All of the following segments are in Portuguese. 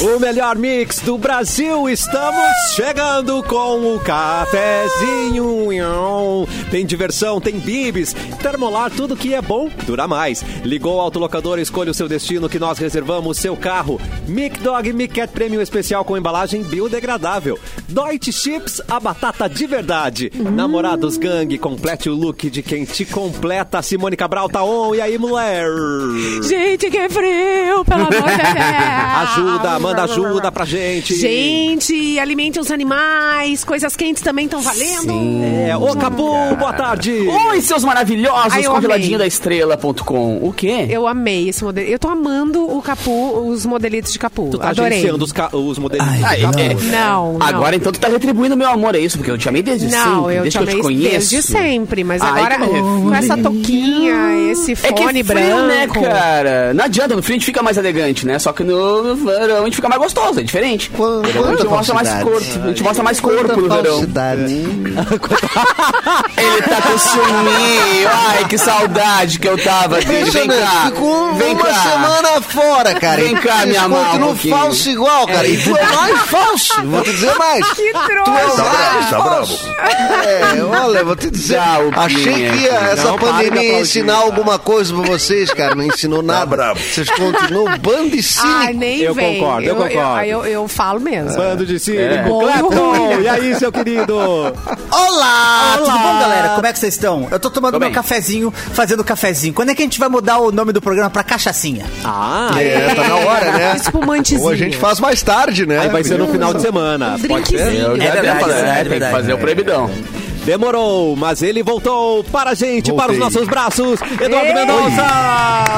O melhor mix do Brasil. Estamos chegando com o cafezinho. Tem diversão, tem bibis, termolar, tudo que é bom dura mais. Ligou o autolocador, escolha o seu destino que nós reservamos seu carro. Mic Dog Mic Cat Premium especial com embalagem biodegradável. Deutsche Chips, a batata de verdade. Namorados Gang, complete o look de quem te completa. Simone Cabral tá on. E aí, mulher? Gente, que frio, pelo amor de Deus. Ah, Ajuda, ah, manda ajuda pra gente. Gente, alimentem os animais, coisas quentes também estão valendo. É, ô Capu, boa tarde. Oi, seus maravilhosos Ai, eu amei. congeladinho da estrela.com. O quê? Eu amei esse modelo. Eu tô amando o capu, os modelitos de capu. Tu tá Adorei. agenciando os, ca- os modelos. Ah, é- é- Não, não. Agora então tu tá retribuindo meu amor, é isso? Porque eu te amei desde sempre. Não, eu te desde que eu te amei conheço. desde sempre, mas Ai, agora que com essa touquinha, esse É que é fone frio, branco. né, cara? Não adianta, no frio a gente fica mais elegante, né? Só que no verão a gente fica mais gostoso, é diferente. Quanta a gente mostra mais falsidade. corpo, a gente mostra mais corpo no Quanta verão. É. falsidade, hein? Ele tá com ciúme. Ai, que saudade que eu tava dele. Vem Impressionante. cá. Ficou Vem uma cá. semana fora, cara. Vem cá, minha amada, um Continua pouquinho. falso igual, cara. E tu é mais falso. Vou te dizer mais. Que Tu é trouxa! mais tá falso. É, olha, vou te dizer. Já, o Achei Pinha, que ia não, essa para de pandemia ia aplaudir, ensinar cara. Tá alguma coisa pra vocês, cara. Não ensinou nada. brabo. Vocês continuam bando e Ai, cínico. nem Eu vem. concordo, eu concordo. aí Eu, eu falo mesmo. Ah, Bando de cínico. Bom e Clepton, ruim. e aí, seu querido? Olá, Olá. Ah, tudo bom, galera? Como é que vocês estão? Eu tô tomando Tô meu bem. cafezinho, fazendo cafezinho. Quando é que a gente vai mudar o nome do programa pra Cachacinha? Ah, É, tá na hora, né? Espumantezinho. Ou a gente faz mais tarde, né? é. Aí vai ser no menino? final de semana. Um Pode ser? drinkzinho. Eu já É verdade, falei, é né? Tem que verdade. fazer o proibidão. Demorou, mas ele voltou para a gente, para os Voltei. nossos braços. Eduardo Ei. Mendonça!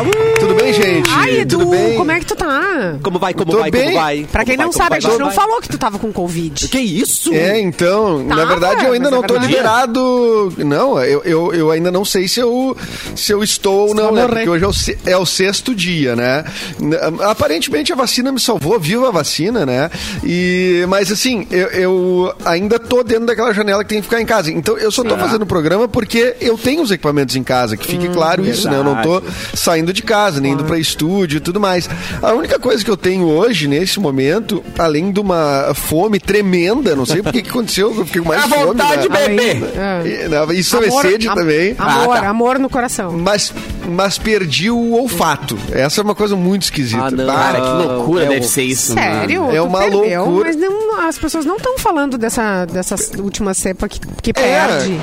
Uh! Tudo bem, gente? Ai, Tudo Edu, bem? como é que tu tá? Como vai, como Tô vai, bem. como vai? Pra quem Como não vai, sabe, a como gente vai, não como vai? falou que tu tava com Covid. Que isso? É, então, Tá, na verdade eu ainda mas é não tô verdade. liberado. Não, eu, eu, eu ainda não sei se eu, se eu estou ou não, né? Porque hoje é o, se- é o sexto dia, né? N- Aparentemente a vacina me salvou, viva a vacina, né? E, mas assim, eu, eu ainda tô dentro daquela janela que tem que ficar em casa. Então eu só Ah. tô fazendo o programa porque eu tenho os equipamentos em casa, que Hum, fique claro isso, né? Eu não tô saindo de casa, nem Ah. indo pra estúdio e tudo mais. A única coisa que eu tenho hoje, nesse momento, além de uma fome tremenda, não sei por que que aconteceu, eu fiquei com mais A fome. vontade de né? beber. E, não, Isso é sede ah, am- também. Amor, Ah, tá. amor no coração. Mas, mas perdi o olfato. Essa é uma coisa muito esquisita. Ah, não. Bah, Cara, que loucura é deve o- ser isso, mano. Sério? É tu uma perdeu, loucura. Mas não- as pessoas não estão falando dessa, dessa última cepa que, que É, perde.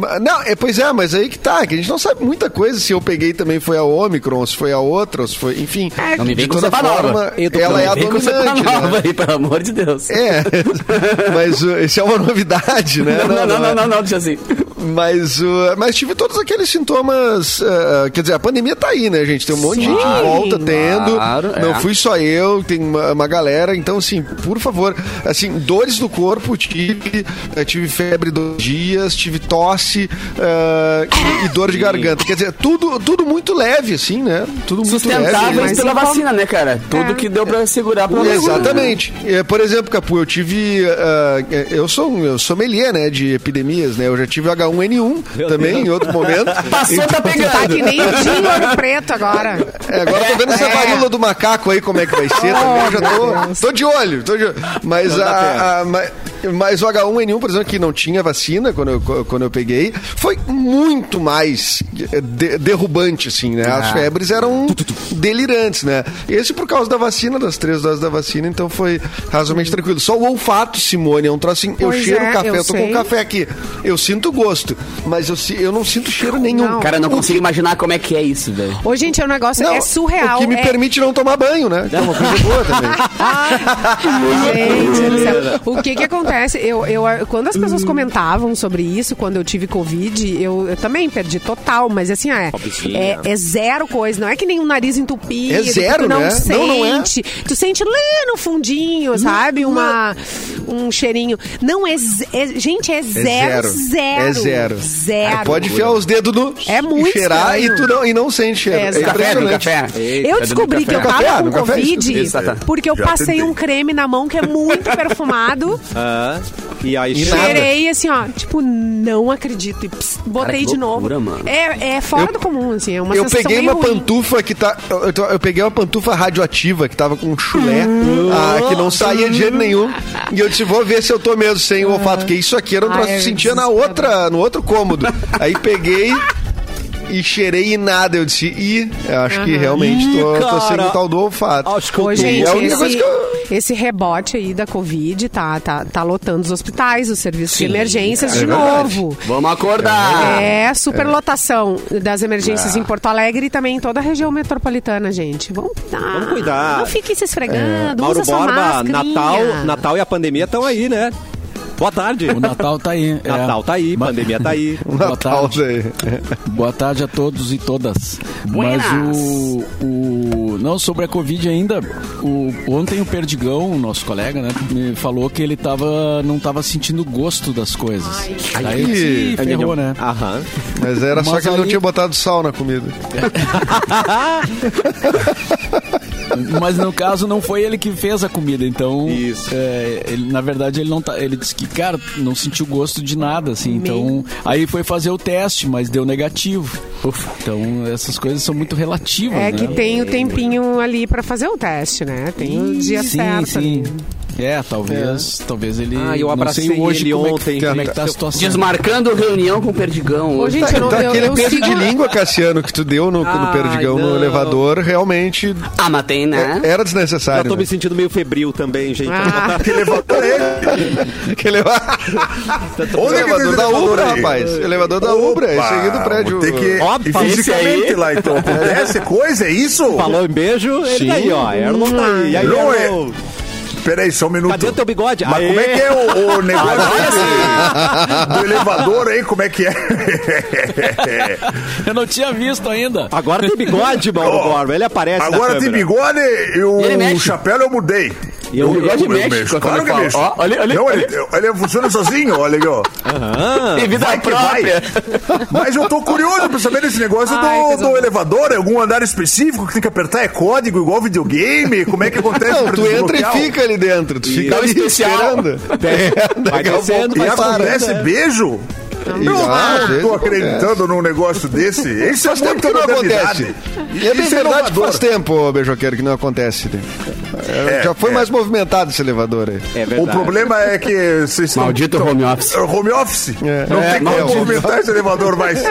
Ma- Não, é, pois é, mas aí que tá, que a gente não sabe muita coisa se eu peguei também foi a Omicron, se foi a outra, ou se foi, enfim. É, Não me vem de com toda cepa nova. forma, Edu, ela não é a me vem com cepa dominante, nova né? aí, pelo amor de Deus. É, mas uh, isso é uma novidade, né? Não, não, não, é. não, não, não, deixa assim. Mas, uh, mas tive todos aqueles sintomas. uh, quer dizer, a pandemia tá aí, né, gente? Tem um monte de gente em volta tendo. Claro, é. não fui só eu, tem uma, uma galera. Então, assim, por favor, assim, dores do corpo tive. eh, tive febre dois dias, tive tosse uh, e, e dor de garganta. Quer dizer, tudo, tudo muito leve, assim, né? Tudo muito leve. Sustentáveis Mas pela e como- vacina, né, cara? Tudo É. que deu pra segurar pra Exatamente. É, por exemplo, Capu, eu tive. ah, eu sou um eu sommelier, né? De epidemias, né? Eu já tive H1N1 também em outro momento. Passou, Então, tá Tu tá que pegando. nem o Dinho Ouro Preto agora. É, agora eu tô vendo essa É. Oh, varíola do macaco aí, como é que vai ser também. Eu já tô, tô de olho, tô de olho. Mas, a- a- ma- mas o H1N1, por exemplo, que não tinha vacina quando eu, quando eu peguei, foi muito mais de- derrubante, assim, né? Ah. As febres eram delirantes, né? Esse por causa da vacina, das três doses da vacina, então foi razoavelmente tranquilo. Só o olfato, Simone, é um troço assim, eu Pois cheiro é, café, eu eu, tô sei. com café aqui. Eu sinto gosto, mas eu, si- eu não sinto cheiro nenhum. Não. Cara, eu não consigo imaginar como é que é isso, velho. Ô, gente, é um negócio, Não, é surreal. O que me é- Ah, permite não tomar banho, né? Que é uma coisa boa também. Gente do céu. O que que acontece? Eu, eu, quando as Hum. pessoas comentavam sobre isso, quando eu tive Covid, eu, eu também perdi total, mas assim, ah, é, é, é zero coisa. Não é que nem um nariz entupido. É zero, que tu não né? sente. Não, não é. Tu sente lá no fundinho, sabe? Uma, é. um cheirinho. Não, é, ze- é- gente, é zero, zero. É zero. Zero. Tu pode enfiar os dedos no. É muito e cheirar estranho. e tu não, e não sente cheiro. É É, exato. Café, no impressionante. café. Eu descobri que eu tava café. É, Café, Ah, com no café, Covid isso, isso, tá, tá. porque eu Já passei tentei. um creme na mão que é muito perfumado Aham. E aí E chega. nada. Cheirei assim, ó, tipo, não acredito. E ps, botei que de loucura, novo. mano. É, é fora do comum, assim. É uma eu sensação peguei meio uma ruim. pantufa que tá. Eu, eu- eu peguei uma pantufa radioativa que tava com um chulé ah, que não saía de jeito nenhum. E eu disse, vou ver se eu tô mesmo sem o olfato, porque isso aqui era um Ai, troço que é eu sentia na desesperador. outra, no outro cômodo. Aí peguei. E cheirei e nada, eu disse, ih, eu acho que Aham. realmente Ih, tô, tô sem cara. o tal do olfato. Acho que eu Ô, tô. gente, é a única esse, coisa que eu- esse rebote aí da Covid tá, tá, tá lotando os hospitais, os serviços Sim, de emergências cara, de é verdade. novo. Vamos acordar. É, superlotação das emergências em Porto Alegre e também em toda a região metropolitana, gente. Vamos cuidar. Vamos cuidar. É. Não fiquem se esfregando. Mauro usa sua Borba, mascarinha. Natal, Natal e a pandemia estão aí, né? Boa tarde. O Natal tá aí. é. Natal tá aí, Mas- pandemia tá aí. Boa tarde. aí. Boa tarde a todos e todas. Buenas. Mas o, o- Não, sobre a Covid ainda. o- ontem o Perdigão, o nosso colega, né, me falou que ele tava, não tava sentindo gosto das coisas. Aí eu disse, "Ih, ferrou, né? Aham. Mas era só Mas que ele não aí- tinha botado sal na comida. Mas no caso não foi ele que fez a comida, então. Isso. é, ele- na verdade, ele não tá. Ele disse que, cara, não sentiu gosto de nada, assim. Então. Aí foi fazer o teste, mas deu negativo. Então, essas coisas são muito relativas. É que né? tem o tempinho ali pra fazer o teste, né? Tem o dia sim, certo. Sim. ali. É, talvez, talvez ele. Ah, eu não abracei sei hoje ele como É ontem, que, como é que gente. tá a situação? Desmarcando reunião com o Perdigão. Ô, hoje. gente, eu não, Então, eu, aquele eu peso sigo... de língua, Cassiano, que tu deu no, no Ai, perdigão no não. elevador, realmente Ah, mas tem, né? é- era Já desnecessário. tô me né? sentindo meio febril também, gente. Ah, Que eleva- O elevador da Ubra, rapaz. Elevador da Ubra, é esse aí do prédio. Tem que Opa, e esse fisicamente lá, então. Acontece coisa, é isso? Falou em beijo, ele Sim. tá aí, ó. Erlon tá aí. E aí, Não é- Erlon? Peraí, só um minuto. Cadê o teu bigode? Mas Aê. como é que é o, o negócio do, do elevador aí? Como é que é? Eu não tinha visto ainda. Agora tem bigode, Mauro Ó, Borba. Ele aparece na Agora tem câmera. bigode e E ele o mexe. chapéu eu mudei. E o bigode eu mexe quando Claro que fala. mexe. Ó, olha- olha- Não, ele, ele funciona sozinho, olha aqui, ó. Aham. Tem vida Vai que própria. vai. Mas eu tô curioso pra saber desse negócio Ai, do- coisa do, boa. elevador. É algum andar específico que tem que apertar? É código igual videogame? Como é que acontece? Não, pra tu entra e desbloquear? fica ali dentro. Tu fica É o ali especial. esperando. É, Vai daqui a descendo, pouco E vai parando. acontece é. né? beijo? Ah, E Eu às não vezes tô acontece. acreditando num negócio desse. Esse é Faz tempo muito que não novidade. acontece. E é bem verdade Isso que inovador. faz tempo, ô, beijoqueiro, que não acontece. né? É, É, Já foi é. mais movimentado esse elevador aí. É O verdade. problema é que vocês estão- Maldito home office. É Home office? É. Não É, tem é, como home movimentar esse elevador mais.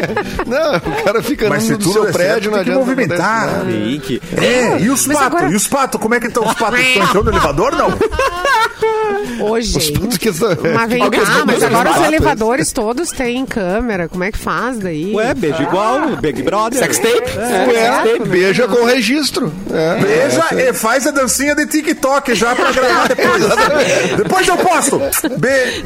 Não, o cara fica Mas se no tudo seu é prédio, prédio, não tem que adianta. movimentar. acontece nada. né? Sim, que- É, e os Mas patos? agora- E os patos? Como é que estão os patos? Estão entrando no elevador, não? Ô, gente. Tudo que isso- Mas vem Alguém cá, escutou mas esses agora é os baratos? elevadores todos têm câmera. Como é que faz daí? Ué, beijo Ah. igual, Big Brother. Sextape? É, beija com registro. É. Beija e faz a dancinha de TikTok já pra gravar depois. depois eu posto. Be...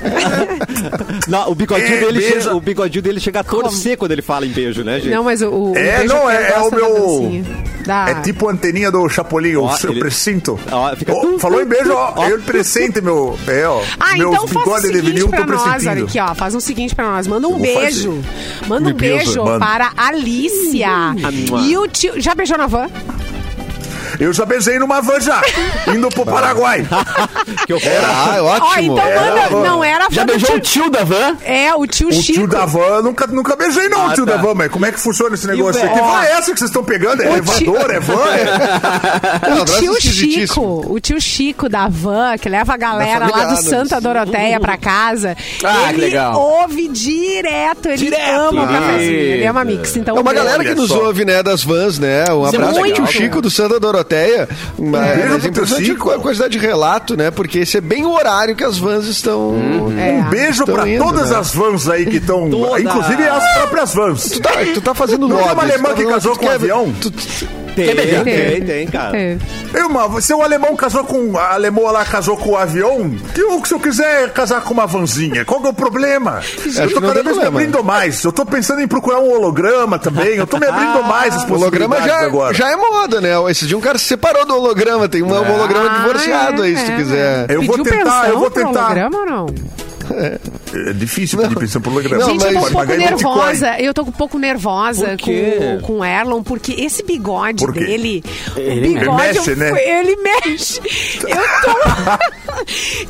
Não, o, bigodinho É, dele beija. chega, o bigodinho dele chega a torcer quando ele fala em beijo, né, gente? Não, mas o. o- o É, beijo não, que eu é- é gosto o da meu- dancinha. Da- É tipo a anteninha do Chapolin, Ó, o seu ele- precinto. Ó, fica- Ô, falou em beijo, ó, eu presente, meu. É, ó. Ah, meus então faz o bigodes de seguinte vinil pra tô nós, olha pressentindo. aqui, ó. Faz o seguinte pra nós. Manda um vou fazer. beijo. Manda um Me beija, beijo manda. para a Alicia. mua. E o tio. Já beijou na van? Eu já beijei numa van já, indo pro Paraguai. Que eu... Ah, Ó, ótimo. então manda. Não era a van. Já do beijou o tio- tio da van? É, o tio O Chico. tio da van, eu nunca, nunca beijei não, o tio da van, mas como é que funciona esse negócio velho? aqui? Que van é essa que vocês estão pegando? É O elevador, tio- é van? É... Não, O tio Um abraço esquisitíssimo. Chico, o tio Chico da van, que leva a galera Da família lá do Adams. Santa Doroteia pra casa. Ah, que ele legal. ouve direto, ele ama o cafezinho, ele ama mix. Então, É uma beijo. galera que Olha nos só. é ouve, né, das vans, né? Um abraço pro muito. tio Chico do Santa Doroteia. Mas beijo pro é teu impressionante Chico. a quantidade de relato, né? Porque esse é bem o horário que as vans estão. É. Um beijo Tão pra indo, todas né? as vans aí que estão, Todas. inclusive as próprias vans. Tu tá, tu tá fazendo Não lobby. tem uma alemã tu tá que falando casou tu com um quer- avião? tu- tu- Tem, tem, Teve. tem, cara. É. É uma, se o alemão casou com. A alemoa lá casou com o avião, que eu, se eu quiser casar com uma vanzinha, qual que é o problema? eu que tô não tem cada vez me problema. abrindo mais. Eu tô pensando em procurar um holograma também. Eu tô me abrindo mais as O Ah, holograma possibilidades já, agora. Ah, já é moda, né? Esse dia um cara se separou do holograma. Tem um holograma divorciado aí, se tu Ah, é. quiser. Eu vou Pediu tentar, pensão eu vou pro tentar. holograma ou não? É difícil pedir pensão por holograma. Não, Gente, eu tô mas- um pouco pagar em Bitcoin. nervosa. Eu tô um pouco nervosa Por quê? com, com o Erlon, porque esse bigode Por quê? dele. Ele o bigode. mexe, eu- né? Ele mexe. Eu tô.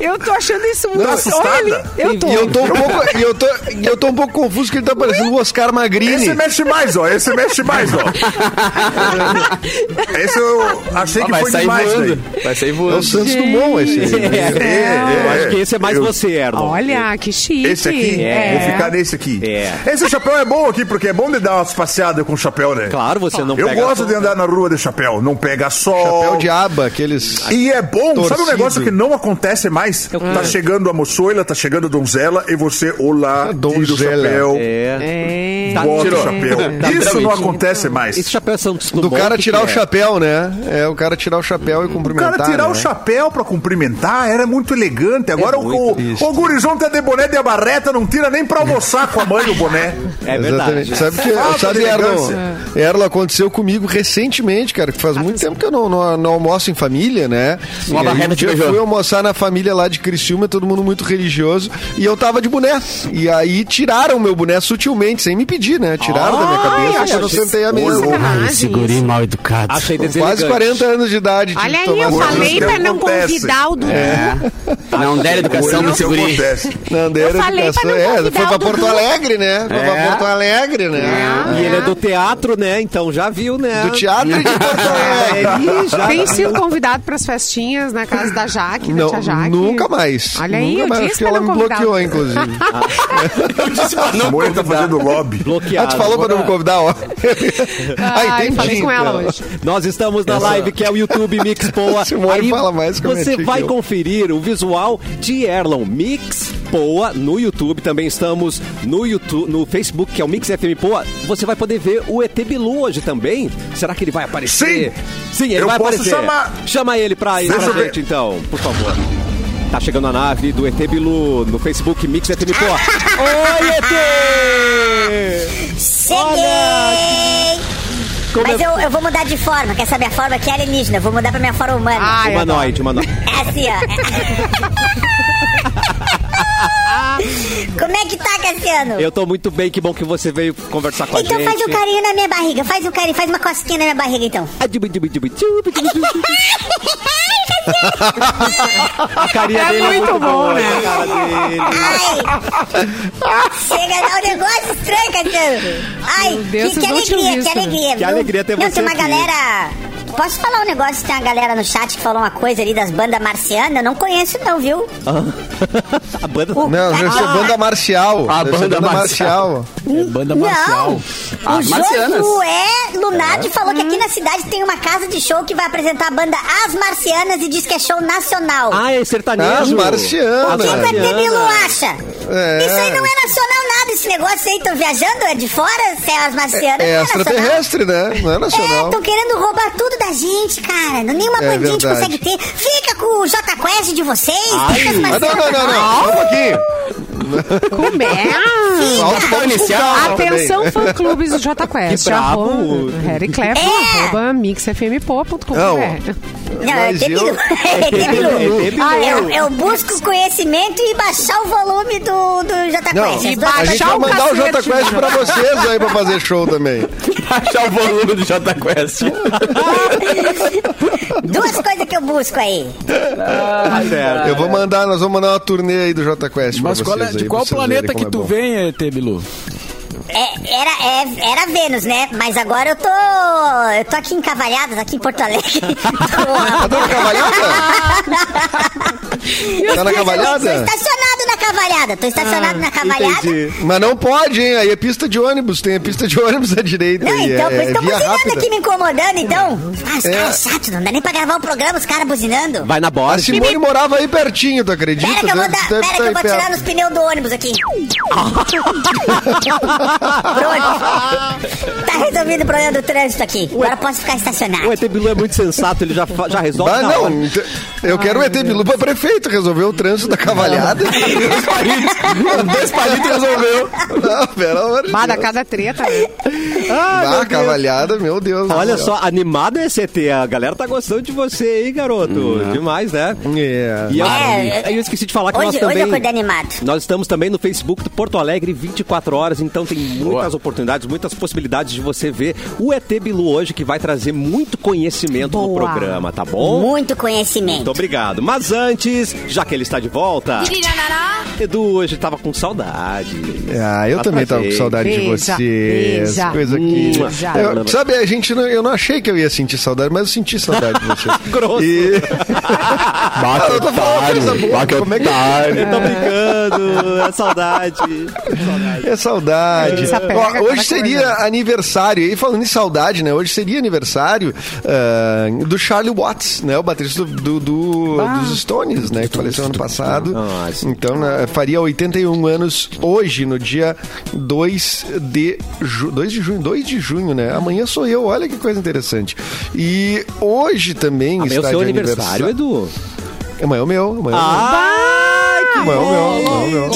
eu tô achando isso muito. assustada? Olha ali. Eu tô. E eu tô um pouco, e eu tô, e eu tô um pouco confuso que ele tá parecendo o Oscar Esse é Magrini. mexe mais, ó. Esse mexe mais, ó. Esse eu achei Ah, que vai foi sair demais, voando. velho. Vai sair É o voando. Santos Dumont, esse. É, Eu acho que esse é mais eu- você, Erlon. Olha, que chique. Esse aqui, É. vou ficar nesse aqui. É. Esse chapéu é bom aqui, porque é bom de dar umas passeadas com o chapéu, né? Claro, você não Eu pega... gosto de andar na rua de chapéu, não pega sol. Chapéu de aba, É aqueles. E é bom, sabe um Torcido. negócio que não acontece mais? Tá chegando a moçoila, tá chegando a donzela, e você, olá, tira o donzela. chapéu, É. É. Tá, bota tirou. o chapéu. Tá, Isso não realmente. acontece mais. Esse chapéu é Santos Dumont. Do cara que tirar que o é? chapéu, né? É o cara tirar o chapéu e O cumprimentar. cara tirar né? o chapéu pra cumprimentar era muito elegante. Agora o- muito o, o gurizão tá de boné de abarreta, não tira nem pra almoçar com a mãe o boné. É verdade. Exatamente. Sabe Falta que, sabe, de Erlon, elegância. Erlon, aconteceu comigo recentemente, cara, que faz muito tempo que eu não, não, não almoço em família, né? Uma E aí, barreta um te dia eu beijou. fui almoçar na família lá de Criciúma, todo mundo muito religioso, e eu tava de boné. E aí tiraram o meu boné sutilmente, sem me pedir, né? Tiraram da minha cabeça, quando eu sentei à mesa. Sacanagem isso. mal educado. Achei deselegante. Quase 40 anos de idade. tive Olha que aí, tomar eu essa falei decisão. pra não Acontece. convidar o Dudu. Não der educação Olha no o que É seguri. acontece. Não, daí Eu era falei educação. pra não É, convidar foi pra o Porto Dudu. Alegre, né? Foi É. pra Porto Alegre, né? E ele é do teatro, né? Então já viu, né? Do teatro de Porto Alegre. É, ih, já- Tem sido convidado pras festinhas na casa da Jaque, da tia Jaque. nunca mais. Olha aí, nunca eu mais, disse porque pra ela não me convidar. bloqueou, inclusive. A Moira tá fazendo lobby. ah, Bloqueado. tu falou pra não me convidar, ó. Ah, eu falei com ela hoje. Nós estamos na live que é o YouTube Mix Poa. Simone fala mais que eu você meti vai que eu. conferir o visual de Erlon Mix Poa no YouTube. Também estamos no YouTube, no Facebook que é o Mix FM Poa. Você vai poder ver o ET Bilu hoje também. Será que ele vai aparecer? Sim, ele Eu vai posso aparecer. chamar. Chama ele pra ir Deixa pra eu ver. gente então, por favor. Tá chegando a nave do ET Bilu no Facebook Mix FM Poa. Oi, ET! Cheguei! Como Mas é- eu, eu vou mudar de forma, quer saber? A forma que é alienígena, eu vou mudar pra minha forma Ah. humana. Ai, Humanoide, humanoide. É assim, ó. Como é que tá, Cassiano? Eu tô muito bem, que bom que você veio conversar com Então a gente. Ah, faz um carinho na minha barriga, faz um carinho, faz uma cosquinha na minha barriga, então. A carinha É dele é muito muito bom, boa, né? a cara dele. Ai! Chega a dar um negócio estranho, Cassiano. Ai, Deus, que, que vocês não tinham alegria, visto. que alegria. Que viu? alegria ter Não, você tem uma aqui. galera... Posso falar um negócio? Tem uma galera no chat que falou uma coisa ali das bandas marcianas. Eu não conheço não, viu? Ah. A banda... Não, deve ser banda marcial. A Deve ser banda marcial. É banda Não. marcial. Ah, o marcianas. Josué Lunardi é falou que aqui Hum. na cidade tem uma casa de show que vai apresentar a banda As Marcianas e diz que é show nacional. Ah, é sertanejo. As marcianas. As Quem vai marcianas. ter Bilu acha? É. Isso aí não é nacional nada, esse negócio aí. Tão viajando, é de fora, se é As Marcianas. É não nacional. extraterrestre, né? Não é É, nacional. estão querendo roubar tudo da gente, cara. Não- Nenhuma É bandinha a gente verdade. consegue ter. Fica com o J Quest de vocês. fica com as Ah, não, não, não, marcianas. não. Só um pouquinho. Como é? Alto vamos com inicial. calma também. Atenção, fã-clubes do Jota Quest. Que brabo. arroba- Harry Clapton, É. arroba mixfmpo.com. Não. Não, é Mas ter eu- Bilu. É ter Bilu. É ter Bilu. Ah, eu, eu busco conhecimento e baixar o volume do, do Jota Não, Quest. As duas a baixar gente é coisas- vai o mandar o Jota cacete. Quest pra vocês aí pra fazer show também. Achar o volume do Jota Quest. Duas coisas que eu busco aí. Tá certo. Eu vou mandar, nós vamos mandar uma turnê aí do Jota Quest pra Mas vocês qual é- aí, de pra qual vocês planeta verem que como é tu bom. vem, ET Bilu? É, era, é- era Vênus, né? Mas agora eu tô. Eu tô aqui em Cavalhadas, aqui em Porto Alegre. Tá dando cavalhada? Tá na Tô cavalhada? estacionado na cavalhada. Tô estacionado na cavalhada. Ah, Entendi. Mas não pode, hein? Aí é pista de ônibus, tem a pista de ônibus à direita. Não, aí, então, por é, isso é estão via buzinando rápida. aqui, me incomodando, então. Ah, os É. caras chatos, não dá nem pra gravar o programa, os caras buzinando. Vai na A borda. Simone morava aí pertinho, tu acredita? Pera que eu vou Deve- dar. deve Pera que tá eu aí vou perto. tirar nos pneus do ônibus aqui. Pronto. Tá resolvido o problema do trânsito aqui. Agora posso ficar estacionado. O ET Bilu é muito sensato, ele já, fa- já resolve Bah, na hora. não, ent- eu quero o ET Bilu pra prefeito resolver o trânsito da cavalhada. Dois palitos resolveu. Não, pelo amor de Bada Deus. cada treta. né? Ai, meu Ah, Deus. cavalhada, meu Deus. do Olha céu. só, animado é CT. A galera tá gostando de você, hein, garoto? Demais, né? É. E eu, É, aí eu esqueci de falar que nós Hoje, hoje também. eu acordei animado. Nós estamos também no Facebook do Porto Alegre 24 horas, então tem muitas oportunidades, muitas possibilidades de você ver o ET Bilu hoje, que vai trazer muito conhecimento no Boa. programa, tá bom? Muito conhecimento. Muito obrigado. Mas antes, já que ele está de volta, Edu hoje tava com saudade. Ah, eu Tá também tava com prazer. saudade de Beija, vocês. beija, coisa que. beija. Eu- sabe, a gente não, eu não achei que eu ia sentir saudade, mas eu senti saudade de vocês. Grosso. E- Ah, Baca Eu tô falando coisa otário, boa, baca como é que- otário. Tô brincando, é saudade. Ah, É saudade. Isso apega Ó, cada hoje seria coisa. aniversário, e falando em saudade, né? Hoje seria aniversário ah, do Charlie Watts, né? O baterista do, do- do- dos Stones, né? Que faleceu ano passado. Ah, Então, né, faria 81 anos hoje, no dia 2 de, ju 2 de junho. 2 de junho, né? Amanhã sou eu, olha que coisa interessante. E hoje também Amanhã é o está seu de aniversário, Edu. Amanhã é o meu, amanhã é o meu. Ah, que Amanhã é o meu, amanhã é o meu.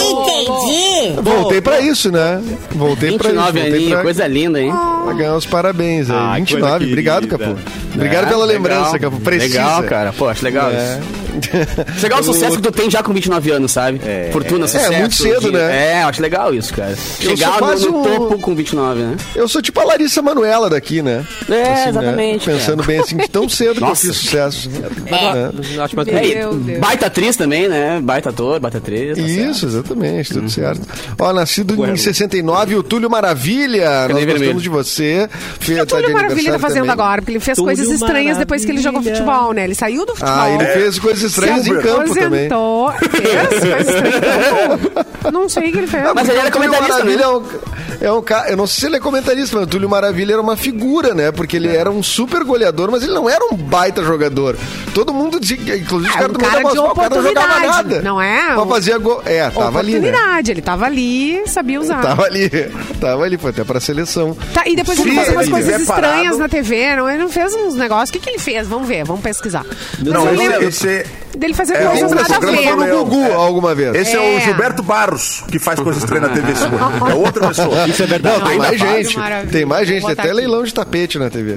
Entendi. Voltei pra isso, né? Voltei pra isso. 29 voltei aninho, pra- coisa linda, hein? Pra ganhar os parabéns aí. Ah, coisa 29, querida. obrigado, Capu. Obrigado É, legal. pela lembrança, Capu. Precisa. Legal, cara. Pô, acho legal É. isso. Isso é legal o sucesso que tu tem já com 29 anos, sabe? Fortuna, sucesso. É. muito cedo, dinheiro. né? É, eu acho legal isso, cara. Chegar sou no, quase no um- topo com 29, né? Eu sou tipo a Larissa Manuela daqui, né? É, né? exatamente, cara. Pensando bem assim, de tão cedo que eu Nossa. fiz sucesso. Né? Acho mais É, e Meu Deus. baita atriz também, né? Baita ator, baita atriz. tá certo. Isso, exatamente, Uhum. tudo certo. Ó, nascido em 69, o Túlio Maravilha. Nós vermelho. gostamos de você. Fê, O Túlio de Maravilha tá aniversário fazendo também. agora, porque ele fez Túlio coisas estranhas depois que ele jogou Maravilha. futebol, né? Ele saiu do futebol. Ah, ele fez coisas estranhas em campo também. aposentou, fez coisas estranhas. Não, Não sei o que ele fez. Mas ele era É, Túlio comentarista, né? Maravilha é um, é um ca- Eu não sei se ele é comentarista, mas o Túlio Maravilha era uma figura, né? Porque É. ele era um super goleador, mas ele não era um baita jogador. Todo mundo dizia, que- inclusive os Ah, caras um do Mundo da cara de Bola, o cara não jogava oportunidade, nada. não é? Só Um- fazia gol. É, tava ali, né? Oportunidade, tá. ele tava ali, sabia usar. Tava ali, tava ali, foi até pra seleção. Tá, e depois ele Se fez umas ele coisas tiver parado- estranhas na TV, não? Ele não fez uns negócios. O que, que ele fez? Vamos ver, vamos pesquisar. Mas Não, eu esse, é lembro esse, dele fazer É, coisas um nada a programa ver. né? falou no eu. Gugu É. alguma vez. esse é. É. o Gilberto Barros, que faz coisas estranhas na TV Segura. É outra pessoa. Isso é verdade. Não, tem ainda mais faz. gente. Maravilha. Tem mais Vou gente, tem botar até aqui. leilão de tapete na TV.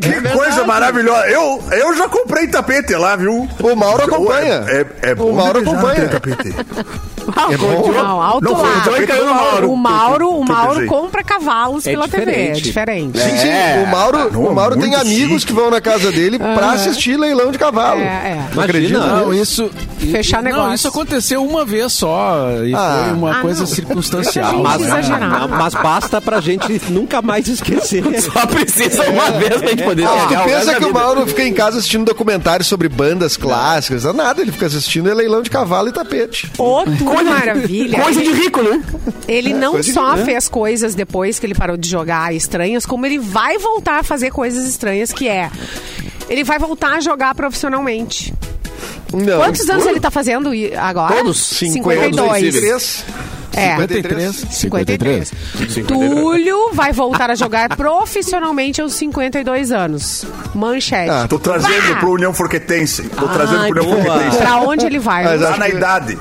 Que coisa maravilhosa. Eu, eu já comprei tapete lá, viu? O Mauro acompanha. É, é, é bom O Mauro de beijar acompanha. naquele tapete. Ah, bom? Não, alto Não, lá. Então, foi o Caiu no Mauro. O Mauro, o Que eu Mauro pensei. compra cavalos É pela TV. É diferente. diferente. Sim, sim. É. O Mauro, não, o Mauro tem muito amigos chique. que vão na casa dele pra assistir leilão de cavalo. É, é. Não acredito. Imagina. nisso? Não, isso. Fechar não, negócio. isso aconteceu uma vez só. E Ah. foi uma Ah, coisa não. circunstancial. Mas- Mas, Exagerado. mas basta pra gente nunca mais esquecer. É. Só precisa uma vez pra gente poder Ah, chegar tu ao resto pensa né? da que o vida. Mauro fica em casa assistindo documentários sobre bandas clássicas? Não, nada, ele fica assistindo é leilão de cavalo e tapete. Ô, Túlio Maravilha. Coisa de rico, né? Ele não coisa de- só fez coisas depois que ele parou de jogar estranhas, como ele vai voltar a fazer coisas estranhas, que é. Ele vai voltar a jogar profissionalmente. Não. Quantos anos ele tá fazendo i- agora? Todos. 52. 53. É. 53. 53. Túlio vai voltar a jogar profissionalmente aos 52 anos. Manchete. Ah, Tô trazendo Bah! pro União Forquetense. Tô Ai, trazendo pro União boa. Forquetense. Pra onde ele vai? Mas Não acho Tá na que- idade.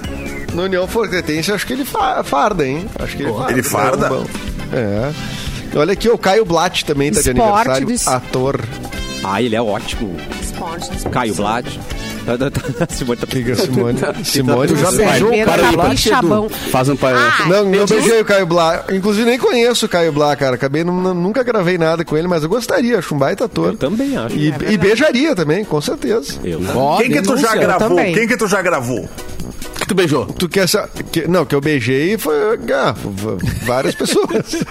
No União Forquetense, acho que ele fa- farda, hein? Acho que ele farda. Ele farda? É. um bom. é. Olha aqui, o Caio Blatt também tá de Esporte aniversário. do es- Ator. Ah, ele é ótimo. esporte. Caio Vlad. Simone tá É Liga Simone. Simone Tu já Sério, beijou o Pedro cara do Capim Blatt, Chabão. Edu? Faz um pai. Ah, É, Não, não Entendi. beijei o Caio Blá. Inclusive, nem conheço o Caio Blá, cara. Acabei, nu- nu- nunca gravei nada com ele, mas eu gostaria, acho um baita ator. Eu também acho. E, e beijaria também, com certeza. Eu. Quem que tu já gravou? também. Quem que tu já gravou? que tu beijou? Tu quer sa- que- Não, que eu beijei foi. ah, v- várias pessoas.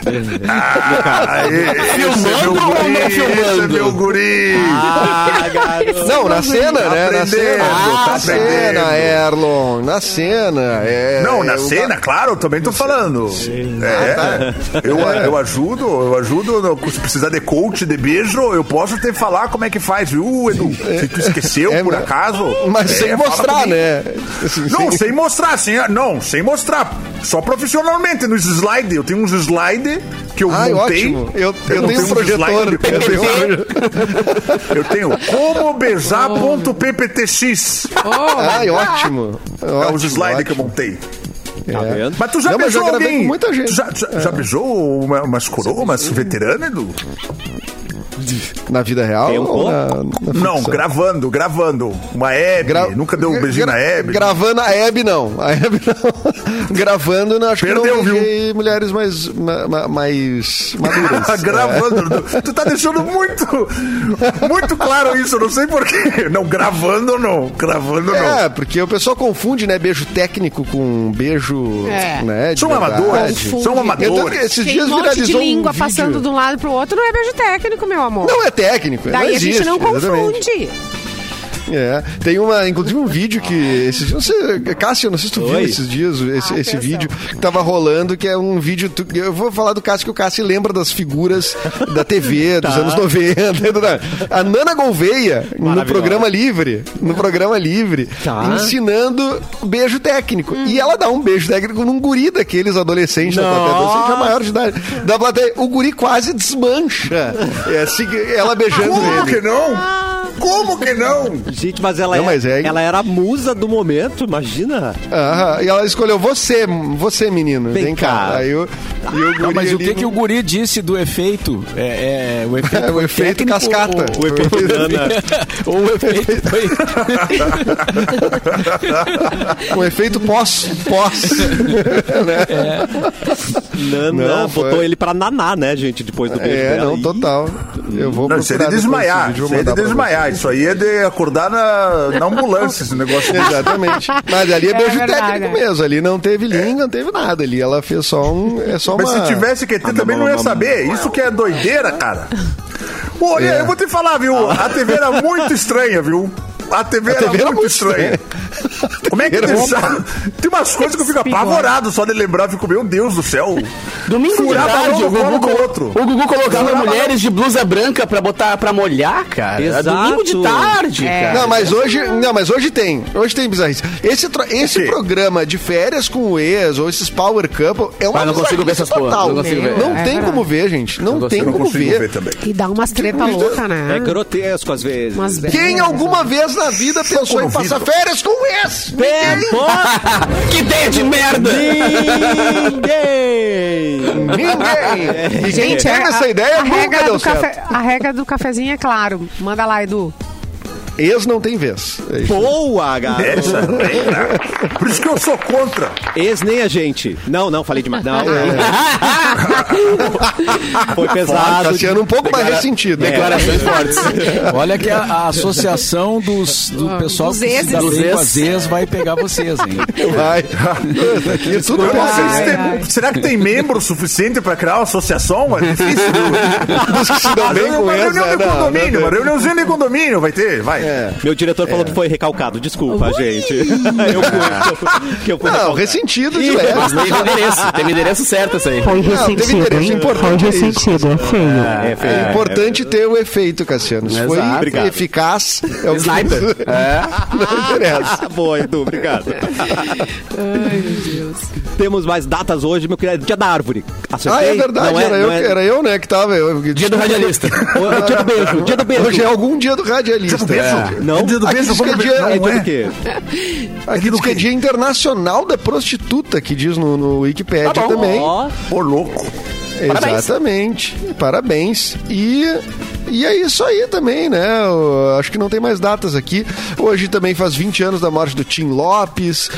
Ah, Filmando ou não filmando? Esse é meu guri. Ah, garoto. não, na cena, né? Na Aprendendo, cena. tá na cena, aprendendo. Erlon. Na cena. é- Não, na eu- cena, claro, eu também tô falando. Ah, tá. É, eu, eu ajudo, eu ajudo. no- Se precisar de coach, de beijo, eu posso te falar como é que faz, viu, Edu? Se tu esqueceu, É, por mas- acaso. Mas é, sem fala mostrar, comigo. né? Assim, Não, sem- sem mostrar, sem, não, sem mostrar. Só profissionalmente, nos slides. Eu tenho uns slides que eu Ai, montei. ótimo. Eu, eu, não tenho um slide projetor. de Eu tenho um PPT. projetor. Eu tenho como Ah. beijar.pptx. Ai, ótimo. É ótimo, os ótimo. slides É. que eu montei. Tá vendo? Mas tu já Não, mas beijou já gravei alguém? com muita gente. É. Tu já, já, já beijou uma, umas coroas, umas veteranas, Edu? Na vida real? Tem um ou na, na Não, ficção? gravando, gravando. Uma Hebe. Gra- Nunca deu um beijinho na gra- Hebe. Gravando a Hebe, não. A Hebe não. gravando, não, acho que Perdeu, não viu? beijei mulheres mais, ma- ma- mais maduras. gravando. É. Edu. Tu tá deixando muito, muito claro isso. eu Não sei porquê. Não, gravando não. Gravando É, não. porque o pessoal confunde, né? Beijo técnico com beijo. É. Né, de São verdade. amadores. Confunde. São Eu tô- amadores. esses Tem dias um monte de viralizou um língua vídeo. passando de um lado pro outro, não é beijo técnico, meu amor. Não é técnico, Daí não a gente existe, não exatamente. confunde. É, tem uma, inclusive um vídeo que esses dias, não sei, Cássio, não sei se tu viu Oi. esses dias esse, esse atenção. vídeo que tava rolando, que é um vídeo, tu- eu vou falar do Cássio, que o Cássio lembra das figuras da TV dos anos 90, da- a Nana Gouveia, no programa livre, no programa livre, ensinando beijo técnico, e ela dá um beijo técnico num guri daqueles adolescentes, da plateia, adolescente já maior de idade, da plateia, o guri quase desmancha, é, assim, ela beijando Como ele. que Ah. não? Como que não? Gente, mas ela, Não, é- mas é- ela era a musa do momento, imagina. Aham, e ela escolheu você, você menino, vem, Vem cá. cá. Aí eu, e o Não, guri mas o ali que, que no- o guri disse do efeito? É, é, o efeito, É, o foi efeito técnico cascata. ou- Ou, o efeito foi... o efeito pós, pós. Né? Nana Não, foi- botou ele pra naná, né, gente, depois do beijo é, dela. não, Ih, total. Eu vou Não, procurar isso aí é de depois desmaiar. esse vídeo, vou Isso aí é de mandar pra desmaiar. Isso aí é de acordar na, na ambulância, esse negócio. vocês. Exatamente. Mas ali é, É beijo verdade, técnico é. mesmo. Ali não teve língua, não teve nada. Ali ela fez só um. É só Mas uma... se tivesse QT também não ia saber. Isso que é doideira, cara. Olha, É. eu vou te falar, viu? A TV era muito estranha, viu? A TV, era, TV era muito muito estranha. Como é que Era deixaram? Tem umas coisas que eu fico apavorado só de lembrar. Eu fico, meu Deus do céu. Domingo Furava de tarde, um o no colo Gugu, do outro. o Gugu colocava Furava mulheres de blusa branca pra botar pra molhar, cara. É Exato. Domingo de tarde, É. cara. Não, mas hoje, não, mas hoje tem. Hoje tem bizarrice. Esse, tro- esse quê? programa de férias com o ex ou esses power couple é uma Ah, não consigo ver bizarrice essas porra, total. não consigo ver. Não É tem verdade. como ver, gente. Não, consigo- tem Eu não como consigo ver. ver também. E dá umas treta louca, né? É grotesco às vezes. Umas Quem brigas. alguma vez na vida pensou em passar férias com o ex? É. Que ideia de merda! Ninguém! Ninguém! E quem Gente, teve é, essa a- ideia a nunca regra deu do certo. café, a regra do cafezinho é claro. Manda lá, Edu. Ex não tem vez. É isso. Boa, garoto! Essa, bem, né? Por isso que eu sou contra. Ex nem a gente. Não, não, falei demais. Não. Foi pesado. Cassiano um pouco mais ressentido. Declarações fortes. Olha que a, a associação dos, do pessoal Ah, dos que se dá exes. bem com as ex vai pegar vocês, hein? Vai. Aqui é tudo Eu não sei se bem. tem- será que tem membro suficiente pra criar uma associação? É difícil. Ah, Os que se dão bem com uma ex, reunião né? de Não, não É. condomínio, tem. uma reuniãozinha de condomínio vai ter, vai. Meu diretor falou que foi recalcado. Desculpa, gente. Eu fui. que eu fui Não, recalcado. ressentido de leve. Mas teve endereço, teve endereço certo isso aí. É Foi Não, teve ressentido, interesse hein? Foi importante. é isso. ressentido, é feio. É, feio. É importante ter o efeito, Cassiano. Se foi Exato. Obrigado. eficaz, é o que Sniper. não interessa. Ah, boa, Edu, obrigado. Ai, meu Deus. Temos mais datas hoje, meu querido. Dia da árvore. Ah, Acertei? é verdade, Não era, não eu, era eu, né, que tava. eu- Dia do radialista. O- o dia do beijo, dia do beijo. Hoje é algum dia do radialista. Beijo? Não, É dia do Aqui beijo, diz que vamos é ver. dia- É Não dia é. do quê? Aqui diz que é dia internacional da prostituta, que diz no, no Wikipedia Tá também. Ó, Ô, louco. Exatamente. Parabéns. E, e é isso aí também, né? Eu acho que não tem mais datas aqui. Hoje também faz 20 anos da morte do Tim Lopes,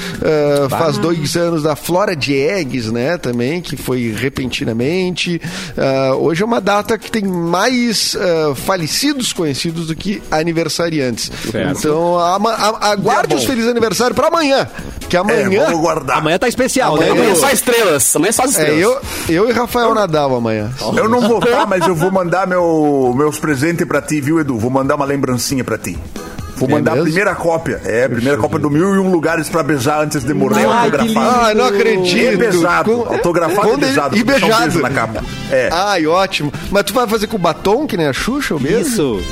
ah, faz dois anos da Flora Diegues, né? Também, que foi repentinamente. Ah, hoje é uma data que tem mais ah, falecidos conhecidos do que aniversariantes. Então, ama- a- aguarde os felizes aniversário para amanhã, que É, amanhã. vamos guardar. amanhã tá especial, né? Amanhã Edu? é só estrelas. Amanhã é só É, estrelas. eu, eu e Rafael Nadal amanhã. Eu não vou estar, mas eu vou mandar meu, meus presentes pra ti, viu, Edu? Vou mandar uma lembrancinha pra ti. Vou É mandar a mesmo? primeira cópia. É, a primeira cópia do Mil e Um Lugares pra beijar antes de morrer Ai, que autografado. Ah, não acredito. E beijado. Com- Autografado com e beijado. E vou deixar um beijado. Ah. beijo na capa. É. Ai, ótimo. Mas tu vai fazer com batom, que nem a Xuxa ou mesmo? Isso.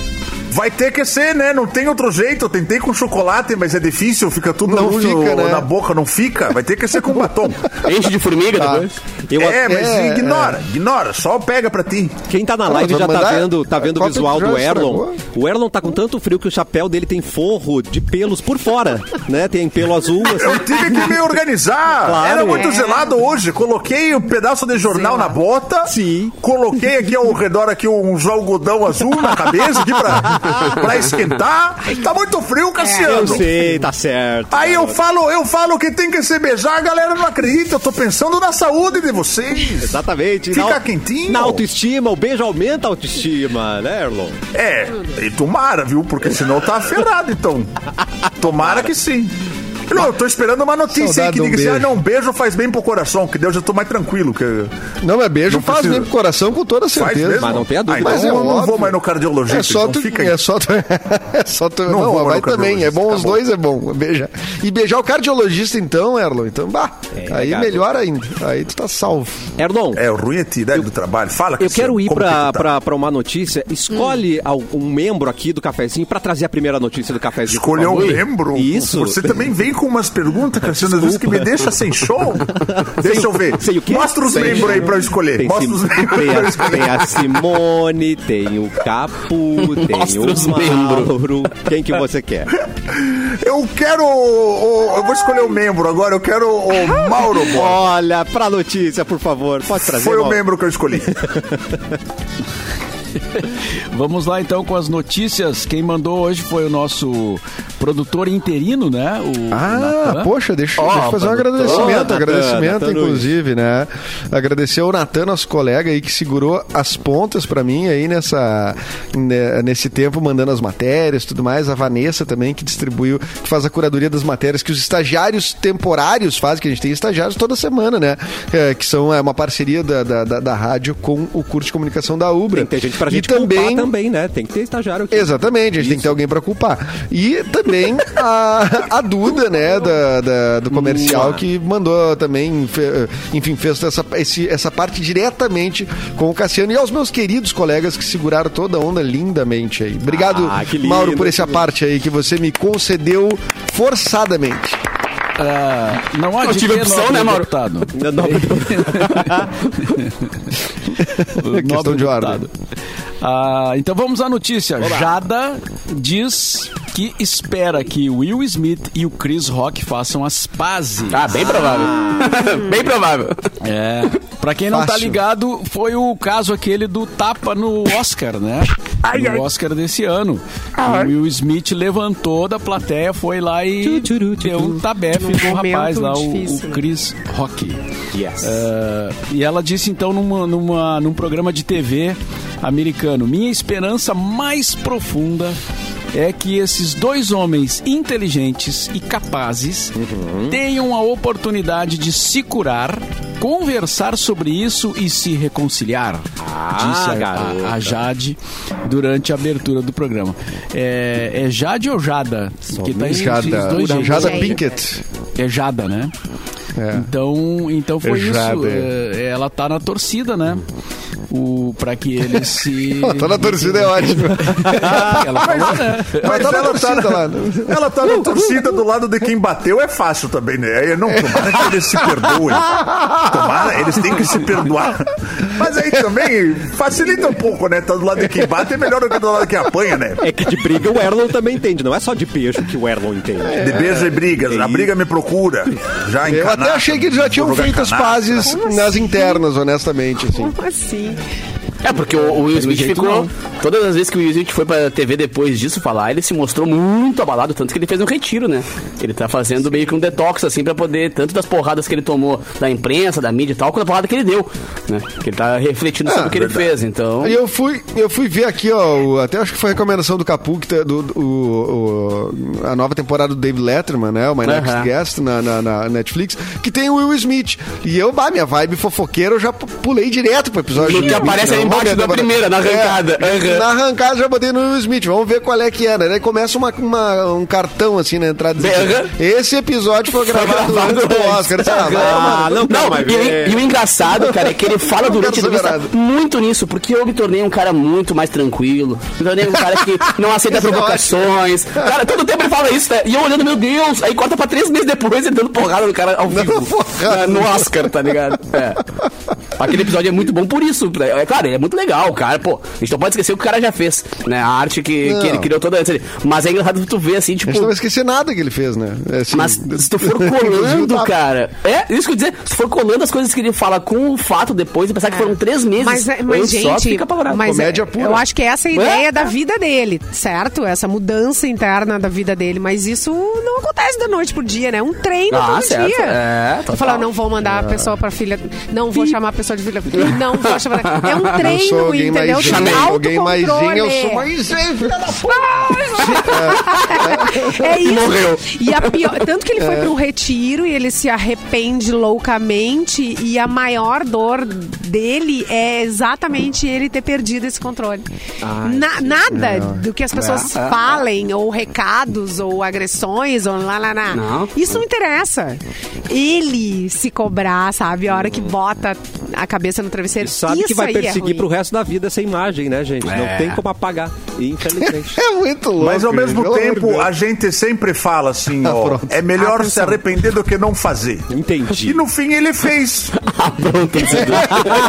Vai ter que ser, né? Não tem outro jeito. Eu tentei com chocolate, mas é difícil, fica tudo Não ruim fica, né? na boca, não fica. Vai ter que ser com batom. Enche de formiga depois. Eu é, até- mas Tá. é, ignora, ignora, só pega pra ti. Quem tá na Não, live mas já tá mandar- vendo, tá vendo o Copa visual já do estragou. Erlon. O Erlon tá com tanto frio que o chapéu dele tem forro de pelos por fora, né? Tem pelo azul, Eu assim. tive que me organizar. Claro. Era muito É. gelado hoje. Coloquei um pedaço de jornal na bota. Sim. Coloquei aqui ao redor aqui uns algodão azul na cabeça aqui pra, pra esquentar. Tá muito frio, É, Eu Cassiano. sei, tá certo. Aí eu falo, eu falo que tem que se beijar, a galera não acredita. Eu tô pensando na saúde de vocês. Exatamente. Fica Na au- quentinho. Na autoestima, o beijo aumenta a autoestima, né, Erlon? É, e tomara, viu? Porque senão tá ferrado, então. Tomara que sim. Não, eu tô esperando uma notícia aí Saudade de que um diga assim, ah, beijo. não, beijo faz bem pro coração, que Deus eu tô mais tranquilo. Que... Não, mas beijo Não faz precisa. bem pro coração com toda Faz certeza. mesmo? Mas não tenha dúvida. Ah, então Mas é eu não óbvio. vou mais no cardiologista, É só, então tu, fica aí. é só tu, é só tu, Não vou não, vai no também, é bom cardiologista, os tá bom. dois, é bom, beijar. E beijar o cardiologista então, Erlon, então, bah, aí legal. melhor ainda, aí tu tá salvo. Erlon, É, o ruim é te ideia do trabalho. Fala, eu Cristiano, quero ir como que pra, tu tá? Hum. pra, pra uma notícia. Escolhe al- um membro aqui do cafezinho pra trazer a primeira notícia do cafezinho. por Escolher um favor. membro? Isso. Você também vem com umas perguntas, Cassiano, às vezes que me deixa sem show. Deixa eu ver. Sei o quê? Mostra os Sei. membros aí pra eu escolher. Tem, Mostra Sim- os tem membros. a, tem a Simone, tem o Capu, tem Mostra os o Mauro. Quem que você quer? Eu quero. o- o- eu vou escolher o membro agora, eu quero o Mauro Borba. Olha, pra notícia, por favor. Pode trazer, Foi o Mauro? membro que eu escolhi. Vamos lá então com as notícias. Quem mandou hoje foi o nosso produtor interino, né? O Ah, Natan. poxa, deixa, deixa eu fazer um agradecimento, Natan, agradecimento, Natan Luiz. inclusive, né? Agradecer ao Natan, nosso colega aí, que segurou as pontas pra mim aí nessa, né, nesse tempo, mandando as matérias e tudo mais. A Vanessa também, que distribuiu, que faz a curadoria das matérias que os estagiários temporários fazem, que a gente tem estagiários toda semana, né? É, que são é, uma parceria da, da, da, da rádio com o curso de comunicação da Ubra. Tem que ter gente pra E gente culpar também, né? Tem que ter estagiário aqui. Exatamente, a gente tem que ter alguém pra culpar. E também a, a Duda, né, da, da- do comercial, que mandou também, fe- enfim, fez essa, esse- essa parte diretamente com o Cassiano e aos meus queridos colegas que seguraram toda a onda lindamente aí. Obrigado, Ah, que lindo, Mauro, por que essa parte aí que você me concedeu forçadamente. Ah, não há Eu de tive quê, opção, nobre né, Mauro? deputado. Não, não, Nobre Questão de ordem. deputado. Ah, então vamos à notícia. Jada diz que espera que Will Smith e o Chris Rock façam as pazes. Ah, bem provável. Ah. bem provável. É. Pra quem não tá Fácil. ligado, foi o caso aquele do tapa no Oscar, né? no Oscar desse ano. Ah. O Will Smith levantou da plateia, foi lá e Tchutchuru, deu tchutchuru. um tabefe Num do rapaz momento lá, o- difícil, o né? Chris Rock. yes. É, e ela disse então numa, numa, num programa de TV americano: Minha esperança mais profunda é que esses dois homens inteligentes e capazes tenham a oportunidade de se curar, conversar sobre isso e se reconciliar. Ah, disse ah, a- garota. a, a Jade durante a abertura do programa. É, é Jade ou Jada? Que tá escrito esses dois Jada, jeitos. Jada gente. Pinkett. É Jada, né? É. Então, então foi Jada, isso. É, ela tá na torcida, né? O, pra que ele se. Tá na torcida, é ótimo. Ela falou, né? Mas tá na torcida lá. Ela tá na torcida do lado de quem bateu, é fácil também, né? Aí, não, tomara que eles se perdoem. Tomara, eles têm que se perdoar. Mas aí também facilita um pouco, né? Tá do lado de quem bate é melhor do que do lado de quem apanha, né? É que de briga o Erlon também entende. Não é só de beijo que o Erlon entende. De beijo e brigas. A briga me procura. Já Eu encanado. até achei que eles já tinham Vou jogar feito as encanado. pazes Como nas assim? internas, honestamente, assim. Como assim? É, porque o, o Will Smith jeito ficou. não. Todas as vezes que o Will Smith foi pra TV depois disso falar, ele se mostrou muito abalado, tanto que ele fez um retiro, né? Ele tá fazendo meio que um detox, assim, pra poder, tanto das porradas que ele tomou da imprensa, da mídia e tal, quanto a porrada que ele deu, né? Que ele tá refletindo Ah, sobre o que ele fez, então. E eu fui, eu fui ver aqui, ó, o- até acho que foi a recomendação do Capu, que tá- do, do- o- o- a nova temporada do David Letterman, né? O My Next Aham. Guest na, na- na Netflix, que tem o Will Smith. E eu, bah, minha vibe fofoqueira, eu já pu- pulei direto pro episódio. No do que Will Smith, aparece né? ali abaixo da primeira, na arrancada. Aham. É, Na arrancada já botei no Will Smith, vamos ver qual é que é, né? Daí começa uma, uma- um cartão assim na entrada. Aham. Esse episódio foi gravado, gravado antes do antes. Oscar. Eu disse, ah, vai Ah, tomar no não, Não, não, mas e, o- e o engraçado, cara, é que ele fala durante a quero saber entrevista muito nisso, porque eu me tornei um cara muito mais tranquilo, me tornei um cara que não aceita Isso é provocações. Cara, todo tempo ele fala isso, né? E eu olhando, meu Deus, aí corta pra três meses depois ele dando porrada no cara ao vivo. porrada. Na- no Oscar, tá ligado? É. Aquele episódio é muito bom por isso. né? É claro, ele é muito legal, cara. Pô, a gente não pode esquecer o que o cara já fez, né? A arte que, que ele criou toda antes. Mas é engraçado tu ver assim, A tipo. gente não vai esquecer nada que ele fez, né? É assim, Mas se tu for colando, Tá. cara. É, isso que eu ia dizer. Se tu for colando as coisas que ele fala com o fato depois e pensar que foram três meses. Mas, é- eu mas só gente, fica apavorado. mas Comédia é- pura. eu acho que essa é a ideia da vida dele, certo? Essa mudança interna da vida dele. Mas isso não acontece da noite pro dia, né? É um treino Ah, todo certo. dia. É, tu total. fala, não vou mandar a É. pessoa pra filha, não vou chamar a pessoa de filha, não vou chamar... É um Eu treino, sou alguém entendeu? mais Tem alguém mais autocontrole. eu sou mais É isso. E a pior, tanto que ele foi para um retiro e ele se arrepende loucamente e a maior dor dele é exatamente ele ter perdido esse controle. Na- nada do que as pessoas falem ou recados ou agressões ou lá lá lá. Não. Isso não interessa. Ele se cobrar, sabe, a hora que bota a cabeça no travesseiro. sabe isso que vai aí perseguir é pro ruim. resto da vida essa imagem, né, gente? É. Não tem como apagar, infelizmente. É muito louco. Mas ao gente, mesmo pelo amor de tempo, Deus. a gente sempre fala assim, Ah, ó, pronto. é melhor se arrepender do que não fazer. Entendi. E no fim ele fez. Ah, Pronto,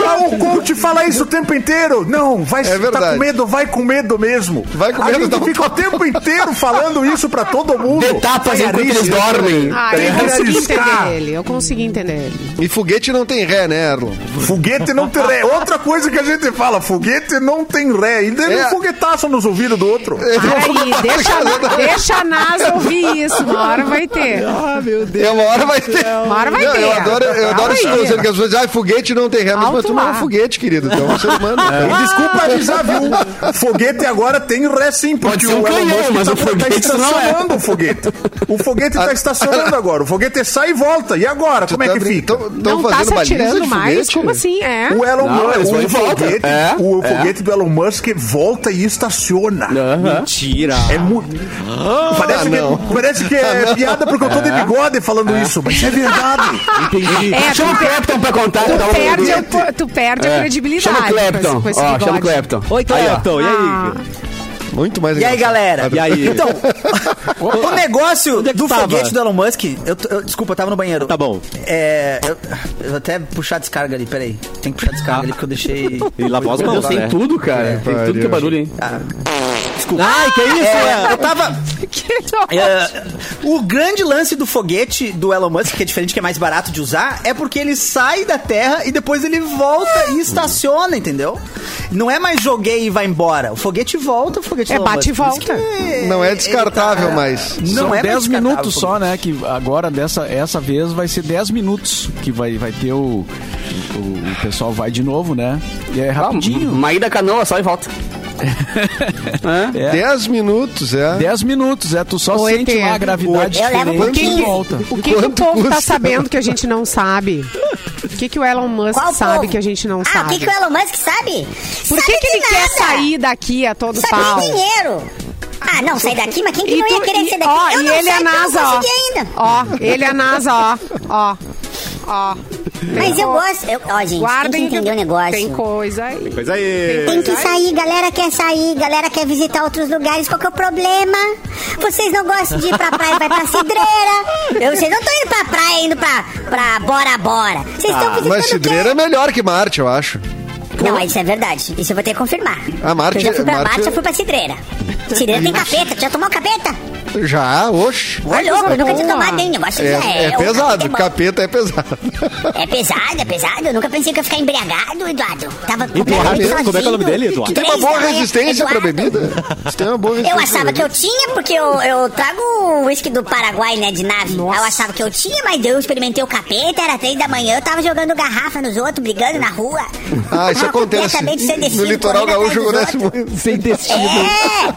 Não, o coach fala isso o tempo inteiro. Não, vai É tá verdade. com medo, vai com medo mesmo. Vai com medo, A gente tá bom. fica o tempo inteiro falando isso pra todo mundo. Etapas Tem enquanto nariz, eles né? dormem. Ah, Tem eu que consegui arriscar. entender ele. Eu consegui entender ele. E foguete não tem ré, né, Erlon? Foguete não tem ré. Outra coisa que a gente fala, foguete não tem ré. E dele É. um foguetaço nos ouvidos do outro. Para aí, tá deixa, deixa a NASA ouvir isso. Uma hora vai ter. Ah, meu Deus. É uma hora vai ter. Uma hora vai Não, ter. Eu adoro, eu adoro Calma esse aí. conceito que as pessoas dizem, ah, foguete não tem ré. Mas, mas Alto tu não é um lá. foguete, querido. Tu é um ser humano. E desculpa avisar, viu? Foguete agora tem ré sim, Pode porque ser um o Elon canhão, Musk mas tá, o foguete tá não é. estacionando o foguete. O foguete tá estacionando agora. O foguete sai e volta. E agora? Como é que fica? Estão Não tá fazendo se baliza atirando de mais? foguete? Como assim? É. Um O Elon Não, eles Musk, vão e o voltam. foguete, É, o é. foguete do Elon Musk volta e estaciona. Mentira. É muito. parece, não. que, parece que é piada porque eu tô de bigode falando isso, mas é verdade. Entendi. É, chama o tu per- Clapton pra contar. Tu dá um- perde, É. a, tu perde a credibilidade. Chama o Clapton. com esse- com esse Ó, bigode. chama o Clapton. Oi, Clepton, e Ah. aí? Muito mais E aí, engraçado. galera? E aí? Então, o negócio Onde é que do tava? foguete do Elon Musk. Eu, tô- eu- desculpa, eu tava no banheiro. Tá bom. É. Eu, eu vou até puxar a descarga ali, peraí. Tem que puxar a descarga Ah. ali porque eu deixei. E lavar as Meu Deus, mãos, tem né? tudo, cara. Tem tudo que é barulho, hein? Ai, que isso, É, eu tava. Que nojo. É, o grande lance do foguete do Elon Musk, que é diferente, que é mais barato de usar, é porque ele sai da Terra e depois ele volta e estaciona, entendeu? Não é mais joguei e vai embora. O foguete volta, o foguete É, do Elon bate e Musk. Por volta. isso que Não é ele tá- descartável mais. Não São é mais 10 descartável minutos o só, foguete. né? Que agora, dessa essa vez, vai ser 10 minutos que vai, vai ter o, o... o pessoal vai de novo, né? E é rapidinho. Uma ida canoa só e volta. É. 10 minutos, é. 10 minutos, é. Tu só O sente ET. uma gravidade Eu é levo um diferente porque- e volta. O que, que o Quanto povo tá custa? sabendo que a gente não sabe? O que, que o Elon Musk Qual sabe povo? que a gente não ah, sabe? o que, que o Elon Musk sabe? Por que, Sabe que de ele quer nada. sair daqui a todo Sabe pau? de dinheiro. Ah, não, sai daqui, mas quem que E não ia tu- querer e- sair daqui? Ó, eu e não ele sei é a porque eu não NASA, ó. consegui ainda. Ó, ele é a NASA, ó. Ó. Ó. Mas eu gosto. eu- ó, gente, tem que entender o negócio. Tem coisa aí. Pois aí. Tem que sair, galera quer sair, galera quer visitar outros lugares, qual que é o problema? Vocês não gostam de ir pra praia, vai pra cidreira. Eu- vocês não estão indo pra praia, indo pra, pra Bora Bora. Vocês estão visitando Mas o quê? cidreira Ah, é melhor que Marte, eu acho. Não, isso é verdade. Isso eu vou ter que confirmar. Ah, Marte- eu já fui pra Marte- Marte, já fui pra cidreira. Cidreira tem capeta, tu já tomou capeta? Já, oxe. Ô, louco, eu nunca tinha boa. tomado, hein? Negócio É, é o pesado, capeta é bom. capeta é pesado. É pesado, é pesado. Eu nunca pensei que ia ficar embriagado, Eduardo. Tava Eduardo? completamente Como é que é o nome dele, Eduardo? sozinho, Tem uma boa três da manhã. resistência pra Eduardo. bebida? Você tem uma boa Eu resistência. pra achava que eu tinha, porque eu, eu trago o uísque do Paraguai, né, de nave. Aí Eu achava que eu tinha, mas eu experimentei o capeta, era três da manhã, eu tava jogando garrafa nos outros, brigando na rua. Ah, isso Tava acontece. completamente sem No destino, litoral correndo gaúcho atrás acontece dos outros. muito. Sem destino. É,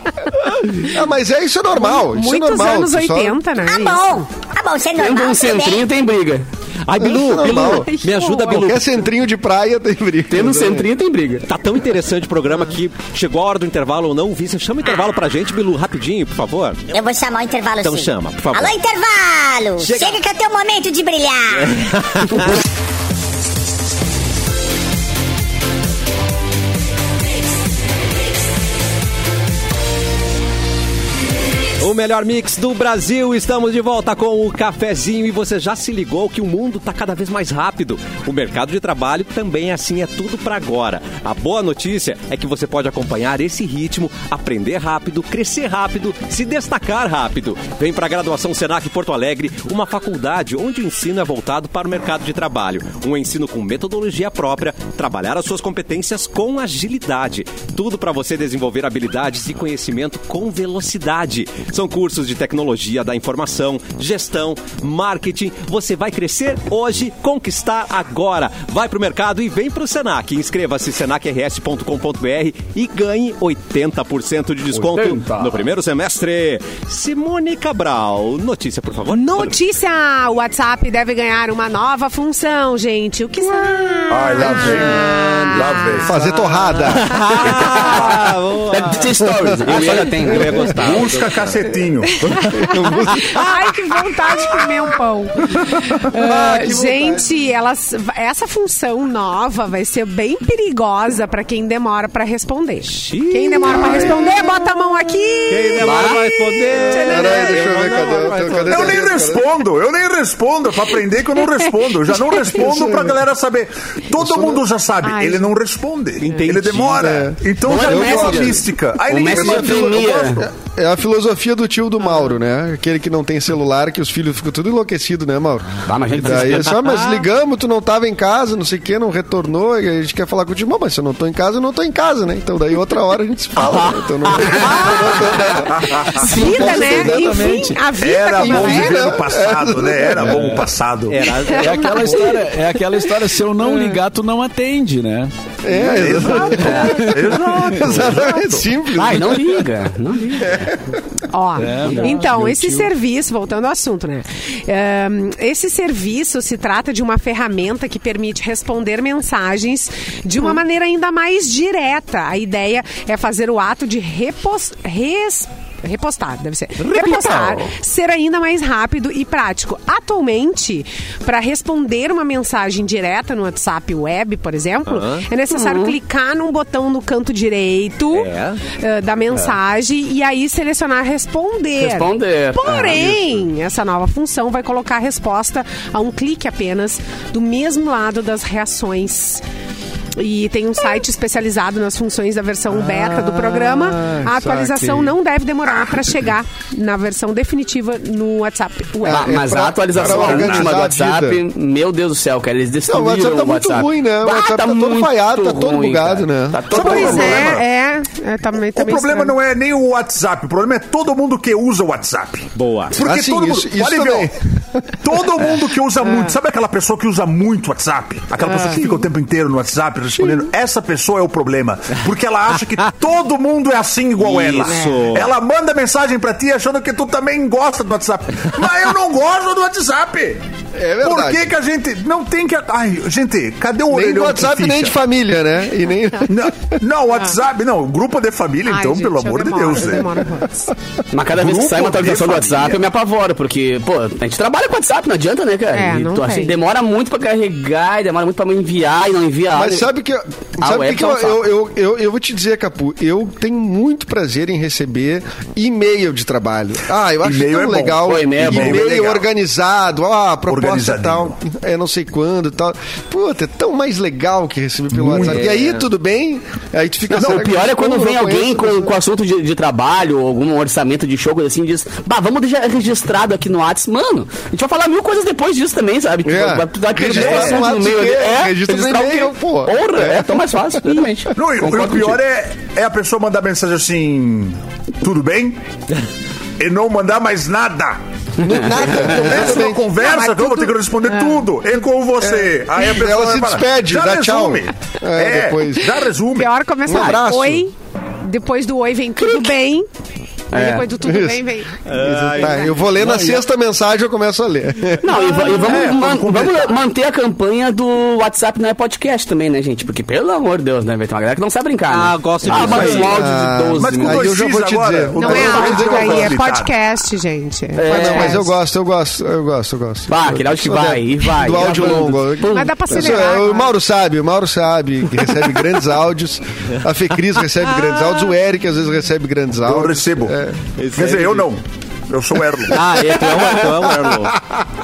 Ah, mas é isso é normal. Isso é Muitos normal. anos tu só- 80, né? ah, isso. bom. Ah, bom, você é Tendo normal, um tudo bem. centrinho, tem briga. Ai, Bilu, Não, Bilu, não. me ajuda, Bilu. Qualquer centrinho de praia tem briga. Tendo centrinho tem briga. Tá tão interessante o programa que chegou a hora do intervalo ou não, Vincent, chama o intervalo pra gente, Bilu, rapidinho, por favor. Eu vou chamar o intervalo Então sim. chama, por favor. Alô, intervalo! Chega. É. Chega, que é teu momento de brilhar! O melhor mix do Brasil, estamos de volta com o cafezinho e você já se ligou que o mundo tá cada vez mais rápido. O mercado de trabalho também é assim, é tudo pra agora. A boa notícia é que você pode acompanhar esse ritmo, aprender rápido, crescer rápido, se destacar rápido. Vem pra graduação Senac Porto Alegre, uma faculdade onde o ensino é voltado para o mercado de trabalho. Um ensino com metodologia própria, trabalhar as suas competências com agilidade. Tudo para você desenvolver habilidades e conhecimento com velocidade. São cursos de tecnologia da informação, gestão, marketing. Você vai crescer hoje, conquistar agora. Vai pro mercado e vem pro Senac. Inscreva-se senacrs.com.br e ganhe 80% de desconto 80. no primeiro semestre. Simone Cabral, notícia, por favor. Notícia! O WhatsApp deve ganhar uma nova função, gente. O que será? Ai, lá vem. Lá vem. Fazer torrada. Ah, boa. É, Deve ter stories. Eu só já né? tenho. Eu ia gostar. Busca cacetinho. Ai, que vontade de comer um pão. Ah, gente, elas, essa função nova vai ser bem perigosa pra quem demora pra responder. Xiii. Quem demora pra responder, bota a mão aqui. Quem é demora vai Peraí, deixa eu ver, cadê? poder. Eu tô- cadê Eu nem respondo, eu nem respondo. É pra aprender que eu não respondo. Eu já não respondo pra galera saber. Todo mundo já sabe, Ai. ele não responde. Entendi. Ele demora. Então Não já é é mestre. uma mística. Aí O ninguém mestre sabe. Eu Ademir. gosto. É a filosofia do tio do Mauro, né? Aquele que não tem celular, que os filhos ficam tudo enlouquecidos, né, Mauro? Ah, mas a E gente daí, precisa- só, mas ligamos, tu não tava em casa, não sei o que, não retornou, e a gente quer falar com o tio, "Bom, mas se eu não tô em casa, eu não tô em casa, né? Então daí outra hora a gente se fala. né? Então não... Vida, né? Exatamente. Enfim, a vida Era que é. bom vai- viver no passado, né? Era bom o passado. É aquela história, é aquela história, se eu É. não ligar, tu não atende, né? É, Exato. Exato. exatamente, simples. né? Ai, não liga. Não liga. Ó, verdade, então, meu esse tio. serviço, voltando ao assunto, né? Ehm, esse serviço se trata de uma ferramenta que permite responder mensagens de Hum. uma maneira ainda mais direta. A ideia é fazer o ato de repos, res- Repostar, deve ser. Repostar. Ser ainda mais rápido e prático. Atualmente, para responder uma mensagem direta no WhatsApp web, por exemplo, é Uhum. necessário clicar num botão no canto direito É. eh, da mensagem e aí selecionar responder. Responder. Ah, Porém, essa nova função vai colocar a resposta a um clique apenas do mesmo lado das reações. E tem um site especializado nas funções da Ah, versão beta do programa. A atualização saquei. não deve demorar para chegar na versão definitiva no WhatsApp. Ué. Ah, Bah, Ah, É, mas pra- a atualização pra organizar última do a WhatsApp, meu Deus do céu, cara, eles Não, destruíram o WhatsApp tá muito ruim, né? O Bah, WhatsApp tá todo muito falhado, tá todo bugado, cara. né? Tá todo Sabe Pois qual bugado. o problema? é, é, é também, O problema não é nem o WhatsApp, o problema é todo mundo que usa o Whatsap. Boa. Porque Ah, sim, todo mundo. isso- isso olha, também. meu, todo mundo que usa muito. Sabe aquela pessoa que usa muito WhatsApp? Ah, Aquela pessoa que fica o tempo inteiro no WhatsApp respondendo. Essa pessoa é o problema. Porque ela acha que todo mundo é assim igual Isso. ela. Ela manda mensagem pra ti achando que tu também gosta do WhatsApp. Mas eu não gosto do WhatsApp. É verdade. Por que, que a gente. Não tem que. Ai, gente, cadê o Nem do orelhão que WhatsApp, nem ficha? de família, né? E nem... Não, não, WhatsApp, não, grupo de família, Ah. Ai, então, gente, pelo eu amor demoro, de Deus. eu né? demoro um antes. Mas cada vez que Grupo sai uma atualização de do família. WhatsApp, eu me apavoro, porque, pô, a gente trabalha com WhatsApp, não adianta, né, cara? É, E não tu acha- tem. demora muito pra carregar, e demora muito pra me enviar e não enviar. Mas sabe que, sabe web que, tá que um eu, saco. eu, eu, eu, eu vou te dizer, Capu, eu tenho muito prazer em receber e-mail de trabalho. Ah, eu acho E-mail é tão bom. legal. Pô, e-mail é bom. E-mail é legal. organizado, ah, proposta Organizadinho. tal, é não sei quando tal. Puta, é tão mais legal que receber pelo WhatsApp. E aí, tudo bem? Aí tu fica É. Não, será o que pior é eu quando não vem alguém conheço a com, pessoa? com assunto de, de trabalho, ou algum orçamento de show, coisa assim, e diz, bah, vamos deixar registrado aqui no WhatsApp. Mano, a gente vai falar mil coisas depois disso também, sabe? Tipo, É. vai- vai- vai perder Registrar o assunto no no WhatsApp meio o quê? ali. É, Registra no registrar o e-mail, quê? pô. Porra, é. tão mais fácil, exatamente. Não, e- e o Concordo pior contigo. é, é a pessoa mandar mensagem assim: tudo bem? E não mandar mais nada. Nada. Começa uma conversa que eu vou ter que responder tudo. E com você. Aí a pessoa é. Ela vai se falar, despede, já dá resume. tchau. É, depois. Já resume. Pior começa Um a abraço. oi. Depois do oi vem tudo bem. É. Aí depois do tudo bem, vem. Ai, Tá, eu vou ler na é sexta mensagem, eu começo a ler. Não, e, va- e vamos, man- vamos manter a campanha do WhatsApp não é podcast também, né, gente? Porque, pelo amor de Deus, né, vai ter uma galera que não sabe brincar. Ah, né? gosto Ah, disso manda aí. um áudio de 12 Mas com minutos. Aí eu dois já X vou te agora. dizer. o Não é dois X áudio eu aí, vou é facilitar. podcast, gente. É, Ah, não, mas eu Podcast. gosto, eu gosto, eu gosto, eu gosto. Bah, Eu- aquele áudio que sou É, vai, de- e vai, Do e áudio vai. longo. Mas dá pra Eu sou- acelerar O agora. Mauro sabe, o Mauro sabe, que recebe grandes áudios. A Fecris recebe Ah. grandes áudios. O Eric às vezes recebe grandes Eu áudios. É. recebo. Quer dizer, eu não. Eu sou o Erlo. Ah, é, tu é um, tu é um Erlon.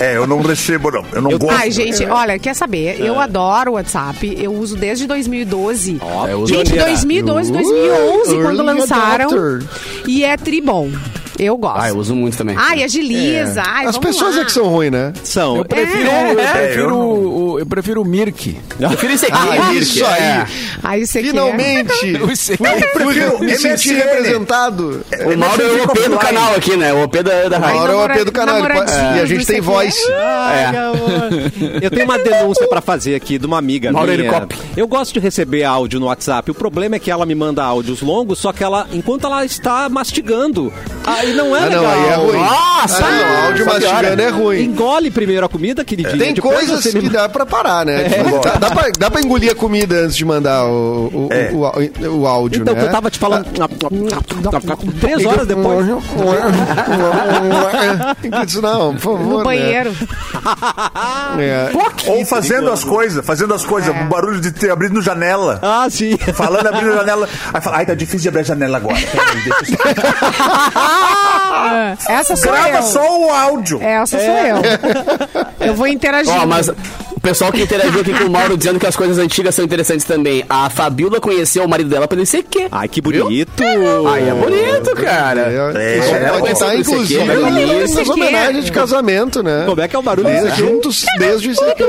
É, eu não recebo, não. Eu não gosto. Ai, É. gente, olha, quer saber? Eu adoro o WhatsApp, eu uso desde 2012. É, eu gente, uso- 2012, Uh, 2011, quando early lançaram. adopter. E é tribom. Eu gosto. Ah, eu uso muito também. Ai, agiliza. Ai, As vamos pessoas lá. É. é que são né? ruins, né? São. Eu prefiro, É. eu É, prefiro, o, eu prefiro o Mirk. Prefiro isso aqui. Ah, Mirk, isso é. aí. Aí você quer. Finalmente. Eu sei. prefiro Me senti MSN. representado. O Mauro é o OP do canal aqui, né? O OP da, da Mauro rádio. é o AP do canal. ele pode- namoradinhos, Ah, E a não gente sei tem o quê. voz. Ai, que amor. É. Eu tenho uma denúncia pra fazer aqui de uma amiga Mauro minha. Helicóptero. Eu gosto de receber áudio no WhatsApp. O problema é que ela me manda áudios longos, só que ela, enquanto ela está mastigando, aí não é Ah, legal. não, aí é ruim. Nossa! Ah, não, o áudio Só piora. mastigando é ruim. Engole primeiro a comida, queridinha. Tem depois coisas você me- que dá pra parar, né? Tipo, Dá, dá, pra, dá pra engolir a comida antes de mandar o, o, o, o- o áudio, Então, né? que eu tava te falando. Três horas depois. Isso não, por favor. No banheiro. Né? É. Ou fazendo as coisas, fazendo as coisas, com barulho de ter abrindo janela. Ah, sim. Falando, abrindo a janela. Aí fala, ai, tá difícil de abrir a janela agora. Peraí, deixa eu- Ah, essa sou Grava eu. só o áudio. Essa sou É. eu. Eu vou interagir. Ó, mas o pessoal que interagiu aqui com o Mauro dizendo que as coisas antigas são interessantes também. A Fabiola conheceu o marido dela pelo ICQ. Ai, que bonito. Ai, é bonito, cara. É, Isso é, pode é, estar, é, inclusive, é, é, é, nas é, homenagens de casamento, né? Como é que é o barulho Desde- disso aqui? Juntos desde o ICQ.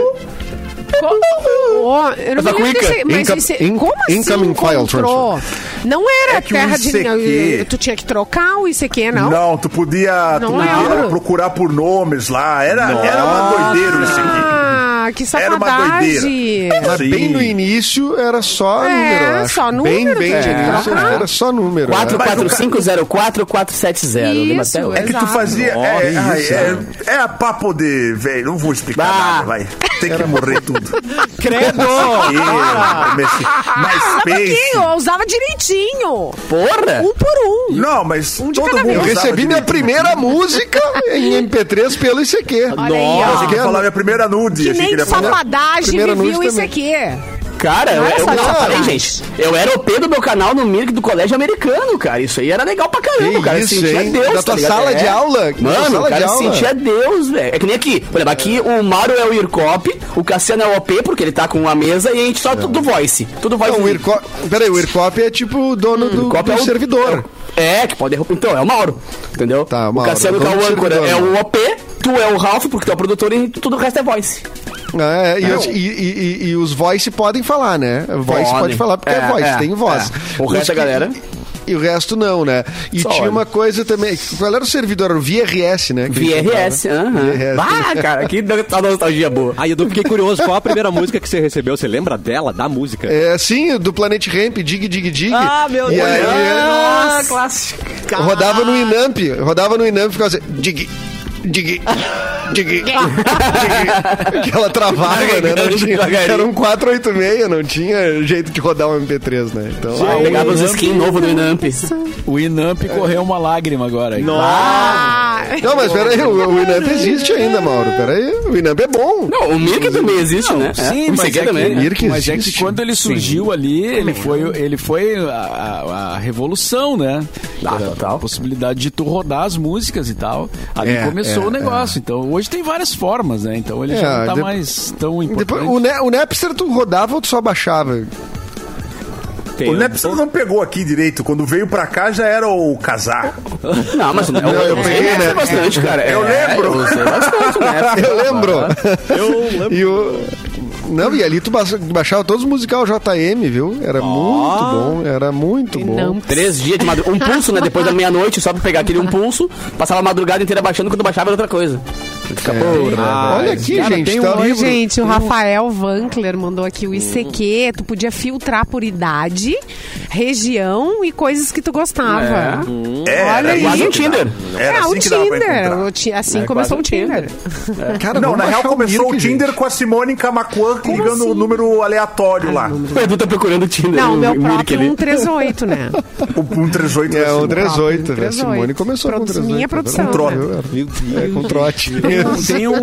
Ó, eu não me Essa lembro cuica. desse, mas Inca- esse, in- como assim incoming file encontrou? Não era É que o terra de ICQ ninguém. Tu tinha que trocar o ICQ, não? Não, tu podia, tu Não podia lembro. procurar por nomes lá. Era, era uma doideira isso aqui. Ah, que Era uma safadagem. doideira. Mas Sim. bem no início era só É, número. eu acho. só Bem, número, bem gente. de início Trocar. era só número. né? 445044770. Lembra Isso, até É hoje. que tu Exato. fazia. É, ai, é, é a papo de. Velho, não vou explicar Bah. nada, vai. Tem que morrer tudo. Credo! E, MS, Sabe por MySpace. quê? um Eu usava direitinho. Porra! Um por um. Não, mas todo cada mundo. Eu usava recebi minha direito. primeira música em MP3 pelo ICQ. Olha aí, ó. Achei que ia falar minha primeira nude. Ah. Que achei nem que ele ia falar. safadagem Primeira viviu noite isso aqui. Cara, eu, Olha eu, só eu que já falei, sacanagem. gente. Eu era OP do meu canal no Mirk do Colégio Americano, cara. Isso aí era legal pra caramba, Que cara. isso, eu sentia hein? Deus, Da tá tua ligado? sala É. de aula? Da tua Mano, sala o cara de aula? sentia Deus, velho. É que nem aqui. Por exemplo, aqui o Mauro é o Ircop, o Cassiano é o OP, porque ele tá com uma mesa e a gente só tudo voice. Tudo voice. Não, o livre. Irco... Peraí, o Ircop é tipo o dono do, Ircop do é um o- servidor. É, que pode derrubar. Então, é o Mauro, entendeu? Tá, o Mauro, Cassiano que é vamos o âncora, seguir, é vamos. o OP, tu é o Ralph, porque tu é o produtor e tudo o resto é um voice. É, e, os- e- e- e- e os voice podem falar, né? Voice Podem. pode falar porque é, É, voice, é, tem voz. é. O Os resto da que- galera? E o resto não, né? E Só tinha olha. uma coisa também. Qual era o servidor? Era o VRS, né? que ele VRS, aham. VRS. Ah, cara, que no- tá nostalgia boa. Aí, Edu, fiquei curioso. Qual a primeira música que você recebeu? Você lembra dela, da música? É, sim, do Planet Ramp, Dig Dig Dig. Ah, meu e Deus. Aí, é, Ah, clássico. rodava no Inamp, rodava no Inamp e ficava assim, dig, dig, dig, dig. Que ela travava, né? Não tinha, Devagarinho. era um 486, não tinha jeito de rodar um MP3, né? Então, Ah, eu pegava os skins novos do Inamp. O Inamp correu uma lágrima agora. Ah, não, mas peraí, o, o Inamp existe ainda, Mauro. Peraí, o Inamp é bom. Não, o Mirk também existe, né? Sim, é. mas, CQ é também. que, né? Mirk mas é que existe. quando ele surgiu ali, ele foi, ele foi a, a- a revolução, né? Ah, Era total. A possibilidade de tu rodar as músicas e tal. Ali É, começou é, o negócio. Então, hoje tem várias formas, né? Então ele já É, não tá de- mais tão importante. Depois, o, Ne- o Napster tu rodava ou tu só baixava? Tem O um- Nepson não pegou aqui direito. Quando veio pra cá já era o casar. Não, mas não, eu eu, peguei, sei né? bastante, cara. Eu É, lembro. Eu sei bastante, né? Eu lembro. Eu lembro. E o... Não, e ali tu ba- baixava todos os musical JM, viu? Era muito bom, era muito bom. não. Três dias de madrugada. Um pulso, né? Depois da meia-noite, só pra pegar aquele um pulso. Passava a madrugada inteira baixando, quando baixava era outra coisa. Acabou, né? Olha aqui, Ah, Cara, gente, tem tá um- livro. Gente, o Rafael Vankler mandou aqui o ICQ. Tu podia filtrar por idade, região e coisas que tu gostava. Hum. É, Olha era aí. isso. Quase um Tinder. Era é, assim o que dava pra Tinder. encontrar. O ti- assim É, começou quase o um Tinder. Tinder. Cara, Não, vamos na real achar o começou Mirk, o Tinder com a Simone Camacuã ligando assim? o número aleatório Ah, lá. O Edu tá procurando o Tinder. Não, o meu próprio ele- 138, né? O 138 gente. É, o assim. 38, né? 38. Simone começou com o Produ- 38. minha é produção, trote. né? Meu Deus. É, com trote. Tem um,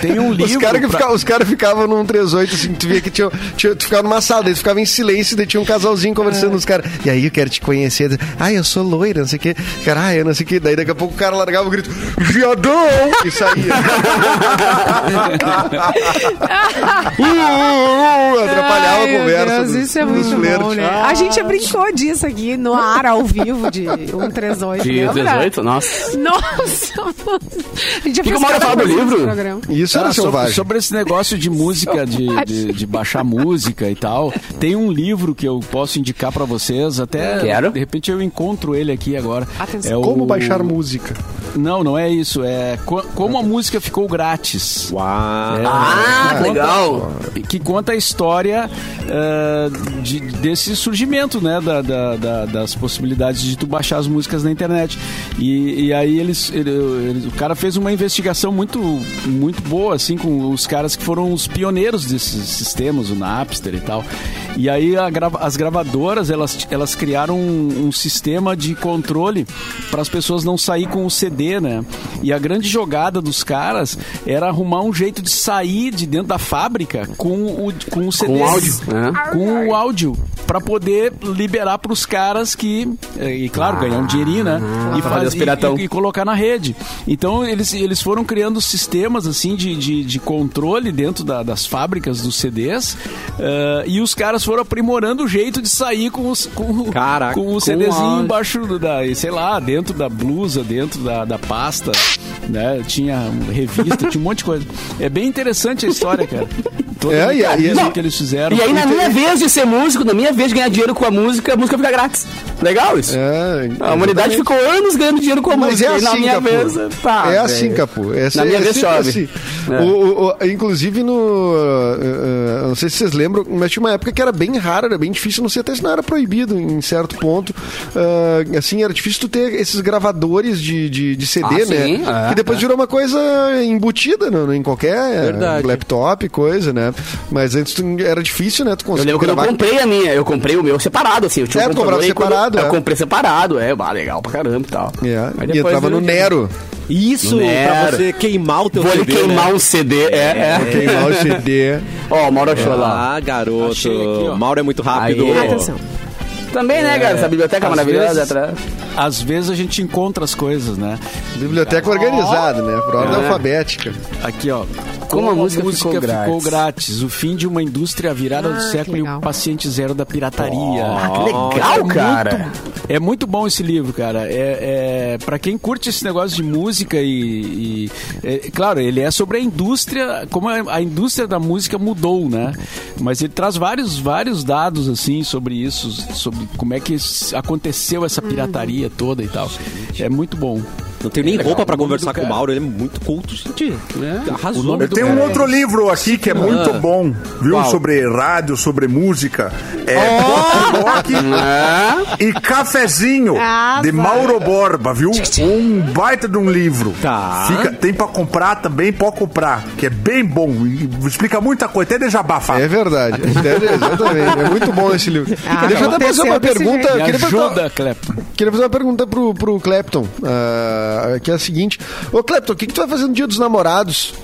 tem um Os livro. caras pra- cara ficavam num 38, assim, tu via que tinha, tinha, tu ficava numa sala, eles ficavam em silêncio, daí tinha um casalzinho É. conversando, os caras, e aí eu quero te conhecer, ah, eu sou loira, não sei o que, cara, ah, eu não sei o que, daí daqui a pouco o cara largava o grito, viadão, e saía. Uh, uh, uh, atrapalhava Ai, a meu conversa. Deus, dos- isso é dos Ah, muito bom, flertes. né? A gente brincou disso aqui no ar, ao vivo, de 138. De lembra? 18, nossa. Nossa, mano. A gente já que fez o Mauro cada fala do coisa nesse livro? programa. Isso era Ah, sobre, é selvagem. sobre esse negócio de música, de, de, de baixar música e tal, tem um livro que eu posso indicar pra vocês. Até Quero. de repente eu encontro ele aqui agora. Atenção. É o- Como baixar música? Não, não é isso. É co- como a música ficou grátis. Uau. É, Ah, que que conta- legal. Que conta a história eh, de- desse surgimento, né? da- da- da- das possibilidades de tu baixar as músicas na internet. E, e aí eles, ele- ele- o cara fez uma investigação muito, muito boa, assim, com os caras que foram os pioneiros desses sistemas, o Napster e tal. E aí a grava- as gravadoras, elas, elas criaram um, um sistema de controle para as pessoas não sair com o CD, né? E a grande jogada dos caras era arrumar um jeito de sair de dentro da fábrica com o, com o CD. Com áudio, né? Com o áudio. Pra poder liberar pros caras que. eh, E claro, ganhar um dinheirinho, né? e, Ah, pra fazer os e- piratão. e- e colocar na rede. Então eles, eles foram criando sistemas assim de, de, de controle dentro da- das fábricas dos CDs eh, e os caras foram aprimorando o jeito de sair com, os, com, o- Caraca, com com o CDzinho áudio. embaixo do- da, e sei lá, dentro da blusa, dentro da, da pasta, né? Tinha revista, tinha um monte de coisa. É bem interessante a história, cara. Todo É, e- e- mecanismo que eles fizeram. E aí, na minha vez de ser músico, na minha vez de ganhar dinheiro com a música, a música fica grátis. Legal isso. É, Ah, A humanidade exatamente. ficou anos ganhando dinheiro com a Mas é música. e assim, na minha Capu. vez. pá, é velho. assim, Capu. É, se- Na minha é vez sempre chove. assim. É. O- o- o- inclusive no. eh, eh, não sei se vocês lembram, mas tinha uma época que era bem raro, era bem difícil, não sei até se não era proibido em certo ponto. Ah, assim, era difícil tu ter esses gravadores de, de, de CD, Ah, né? sim, é, que depois virou uma coisa embutida no, no- em qualquer eh, Verdade. laptop, coisa, né? Mas antes tu- era difícil, né? Tu Eu conseguir lembro quando eu comprei a minha, eu comprei o meu separado, assim. Eu tinha É, um tu computador comprava e quando- separado, é. Eu comprei separado, é, bah, legal pra caramba e tal. É, Aí e depois entrava no eu- Nero. Isso, pra Nero. você queimar o teu Vou lhe CD, né? queimar um CD, é, é. Queimar o CD. Ó, o Mauro achou lá. Ah, garoto. Achei aqui, ó. Mauro é muito rápido. Aê. Atenção. Também, né, cara? Essa biblioteca às maravilhosa vezes- atrás. Às vezes a gente encontra as coisas, né? Biblioteca organizada, né? Por ordem É. alfabética. Aqui, ó. Como a música ficou grátis. grátis. O fim de uma indústria virada do Ah, século que e o legal. paciente zero da pirataria. Legal, cara. É muito bom esse livro, cara. É, é para quem curte esse negócio de música e, e- é, claro, ele é sobre a indústria, como a, a indústria da música mudou, né? Mas ele traz vários, vários dados assim sobre isso, sobre como é que s- aconteceu essa pirataria toda e tal. É muito bom. Não tenho nem Legal. roupa pra O nome conversar do com o cara. Mauro, ele é muito culto, gente. né? Arrasou. O nome Eu tenho um outro livro aqui que é muito bom, viu? Sobre rádio, sobre música. É Rock e Cafezinho, Ah, de vai. Mauro Borba, viu? Um baita de um livro. Tá. Fica- tem pra comprar também, pode comprar, que é bem bom. e explica muita coisa, até de jabá, Fábio. É verdade. É, exatamente. É muito bom esse livro. Ah, Deixa eu até fazer aconteceu uma desse pergunta. jeito. Me Queria ajuda, fazer, Clepton. queria fazer uma pergunta pro, pro Clapton, ah, que é a seguinte. Ô, Clapton, o que, que tu vai fazer no dia dos namorados?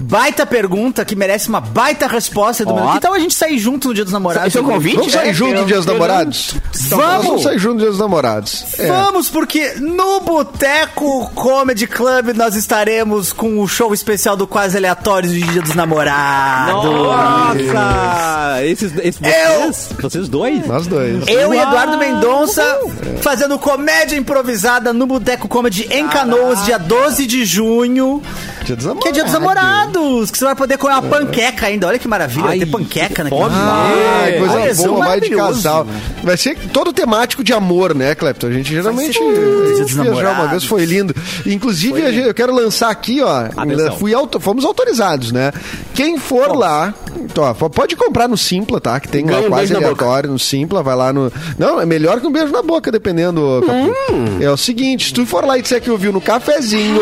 Baita pergunta que merece uma baita resposta do meu. Que tal a gente sair junto no Dia dos Namorados? Isso é um convite? Vamos sair É, junto no eu- dia dos eu- namorados? Nós Vamos sair junto no dia dos namorados. É. Vamos, porque no Boteco Comedy Club nós estaremos com o show especial do Quase Aleatórios de Dia dos Namorados. Nossa! Esses, esses Eu- vocês, vocês dois? Nós dois. Eu e Eduardo Mendonça fazendo comédia improvisada no Boteco Comedy em Canoas, dia 12 de junho. Dia dos Que é dia dos namorados, que você vai poder É. comer uma panqueca ainda. Olha que maravilha, vai ter panqueca naquele Ah, dia. coisa Olha, boa, vai de é maravilhoso. casal. Vai ser todo temático de amor, né, Clepton? A gente geralmente ser tudo. a Dia gente dos viajou uma namorados. vez, foi lindo. Inclusive, a gente- eu quero lançar aqui, ó. Atenção. Fui auto- fomos autorizados, né? Quem for lá, então, ó, po- pode comprar no Simpla, tá? Que tem Ganha lá um quase beijo na boca. aleatório no Simpla, vai lá no. Não, é melhor que um beijo na boca, dependendo. ô, Capu. É o seguinte, se tu for lá e disser que ouviu no cafezinho.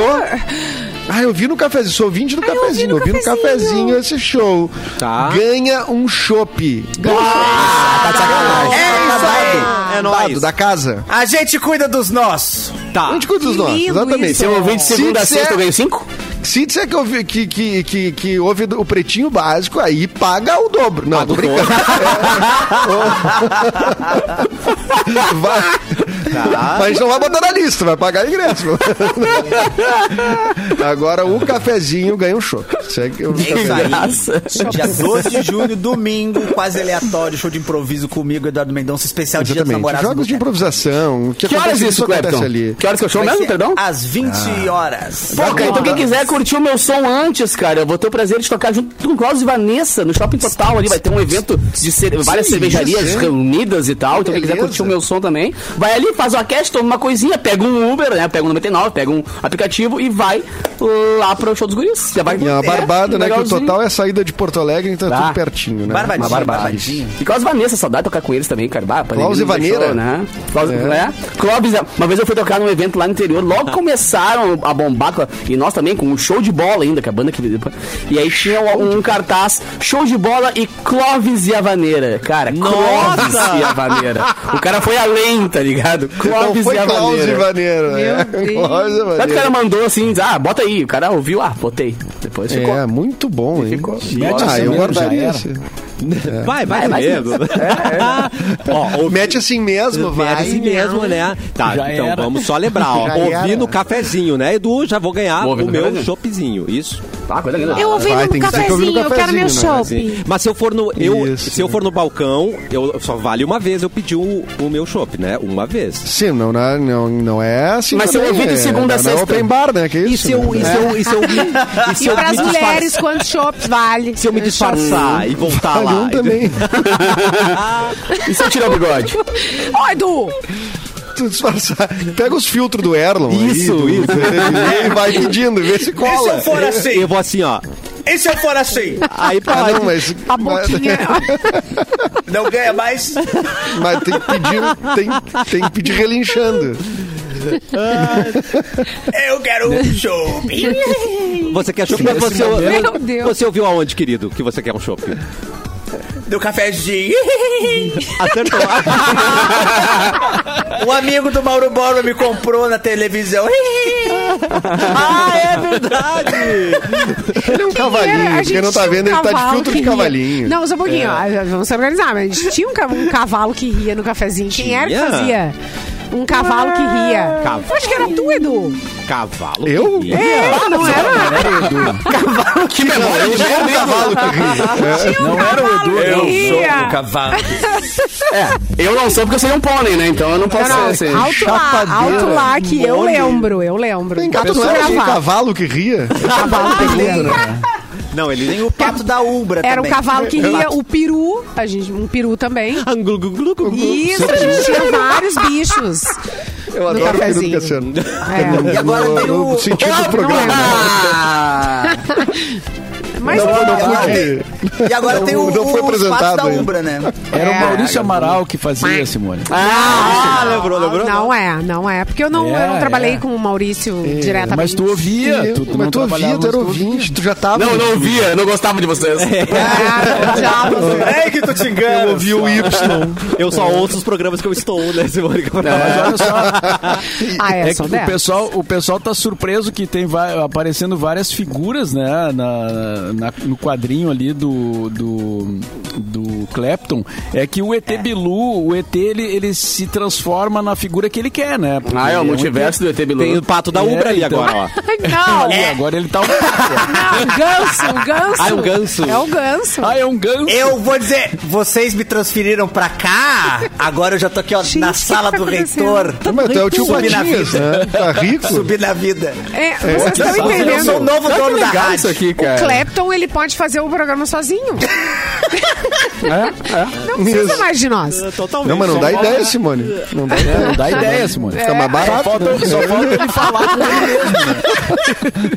Ah, eu vi no cafezinho, sou ouvinte do cafezinho, eu vi no cafezinho esse show. Tá. Ganha um chopp. Ganha um tá de sacanagem. É isso aí. É Dado nóis. da casa. A gente cuida dos nossos. Tá. Onde cuida dos que nossos? lindo Exatamente. isso. Se eu ouvir de Se segunda a disser- sexta, eu ganho cinco? Se disser que, ouvi, que, que, que, que ouve o pretinho básico, aí paga o dobro. Não, tô brincando. vai. Mas não vai botar na lista, vai pagar ingresso. Agora o cafezinho ganha um show. Segue o Isso cafezinho. aí. Dia 12 de junho, domingo, quase aleatório, show de improviso comigo, Eduardo Mendonça, especial de Dia dos Exatamente. Namorados. Jogos no de Boteco. improvisação. O que, Que horas é acontece, isso, acontece Clepton? ali? Que horas que eu show Vai mesmo, ser perdão? Às 20 Ah. horas. Pô, cara, então quem quiser curtir o meu som antes, cara, eu vou ter o prazer de tocar junto com o Klaus e Vanessa no Shopping Total ali. Vai ter um evento de cere- várias cervejarias isso, hein? reunidas e tal. Então quem quiser Beleza. curtir o meu som também, vai ali, faz uma cast, toma uma coisinha, pega um Uber, né? Pega um 99, pega um aplicativo e vai lá pro show dos guris. Já vai E é uma é, barbada, né? Que o legalzinho. total é a saída de Porto Alegre, então é Tá. tudo pertinho, né? Barbadinho, Uma barbada. barbadinho. E Klaus e Vanessa, saudade de tocar com eles também, cara. Bah, a pandemia Klaus e não deixou, Vaneira. né? Klaus, É. né? Clóvis, uma vez eu fui tocar num evento lá no interior, logo começaram a bombar, com a- e nós também, com um show de bola ainda, que a banda que... E aí tinha um, um cartaz, show de bola e Clóvis e a Vaneira. Cara, Clóvis e a Vaneira. O cara foi além, tá ligado? Não Clóvis Então foi e a Klaus e Vaneira. Vaneiro, né? Meu Deus. Klaus e Sabe que o Vaneiro. cara mandou assim, diz, ah, bota aí. O cara ouviu, ah, botei. Depois ficou. É, muito bom, hein? ficou. Mete Ah, assim eu mesmo, já guardaria era. esse. Vai, vai, vai. mesmo. Ó, ouvi- Mete assim mesmo, vai. Mete assim mesmo, né? Tá, Já então era. vamos só lembrar, ó. Já Ouvi era. no cafezinho, né, Edu? Já vou ganhar Vou ouvir o no meu cafezinho. choppzinho. Isso. Ah, coisa legal. Eu ouvi Vai, no tem que ser que eu ouvi cafezinho, no eu quero meu cafezinho, né? shopping. Mas se eu for no. Eu, Isso. se eu for no balcão, eu só vale uma vez eu pedi o, o meu chopp, né? Uma vez. Sim, não, não, não, não é assim. Mas se eu também, ouvi de é- segunda a não é sexta. open bar, né? Que E isso, se eu, e né? se eu, e se eu, me- e se E eu para me as disfarçar? mulheres, quantos shops vale? Se eu me disfarçar e voltar Vale um lá. também. E se eu tirar o bigode? Ô, Edu! Tu disfarçar. Pega os filtros do Erlon. aí, Isso, do- isso. E vai pedindo, vê se E se eu cola. for assim? Eu vou assim, ó. E se eu for assim? Aí pra Ah, não, mas, A boquinha. Não ganha mais? mas, mas tem que pedir, tem, tem que pedir relinchando. Eu quero um show. Você quer chopp? Mas Você, modelo- Meu Deus. você ouviu aonde, querido, que você quer um chopp? Do cafezinho. Acertou. O Um amigo do Mauro Borba me comprou na televisão. ah, é verdade. Ele é um Era- a cavalinho. Quem gente não tá tinha vendo, um ele tá de cavalo filtro que de ria. cavalinho. Não, só um pouquinho. ó, vamos se organizar. Mas a gente tinha um, ca- um cavalo que ria no cafezinho. Quem era que Tinha? fazia? Um cavalo que ria. Cavalo. Acho que era tu, Edu. Cavalo. Eu? que ria. É, não era? que memória de É um cavalo que ri. Não era o Edu. Eu um sou o um cavalo. É, eu não sou porque eu seria um pônei, né? Então eu não posso Não, ser. não, alto lá, alto lá que eu lembro, eu lembro. Tem Tá gato, tudo não era um gravado. cavalo que ria? um Cavalo que ria. né? Não, ele nem O pato da Umbra Era um também. cavalo que ria, o peru, a gente, um peru também. Isso, a gente tinha vários bichos. Eu No adoro o peru do cafezinho. Cassiano. É. um E agora tem No o... sentido do programa. Ah, Mas Não, não não, pude. E agora Não, tem o, não foi os patos apresentado da ainda. Umbra, né? É. Era o Maurício Amaral que fazia, Simone. Ah, lembrou, lembrou? não é, não é. Porque eu não, eu não É, trabalhei é. com o Maurício diretamente. Mas tu ouvia. Tu, tu mas não tu ouvia, trabalhava, tu era mas ouvinte, tu já tava. não, não via, não gostava de vocês. É. Ah, já, É que tu te engana. Eu ouvi o Y. Eu só ouço os programas que eu estou, né, Simone? Mas olha só, ah, é, é que sou o dessa. pessoal, o pessoal tá surpreso que tem va- aparecendo várias figuras, né, na, na- no quadrinho ali do, do, do Clapton é que o ET Bilu, o ET, ele, ele se transforma na figura que ele quer, né? Porque Ah, é um o multiverso do ET Bilu. né? Tem o pato da É, Ubra ali então. agora, ó. Não, E agora ele tá um pato. não, ganso, um ganso. Ah, é um ganso. É um ganso. Ah, é um ganso. Eu vou dizer, vocês me transferiram pra cá, agora eu já tô aqui ó, Gente, na o que sala que tá do reitor. acontecendo? Mas tu é o tio Subi na Patinhas, vida. né? Tá rico? Subir na vida. É, vocês estão Eu sou o entendendo? novo Olha dono que da legal rádio. isso aqui, O cara. Clapton, ele pode fazer o programa sozinho. Não precisa mais de nós. Totalmente. Não, mas não Só dá falta- ideia, Simone. Não dá ideia. É, Não dá ideia, Simone. Fica mais Só barato. né? falta, só falta ele falar com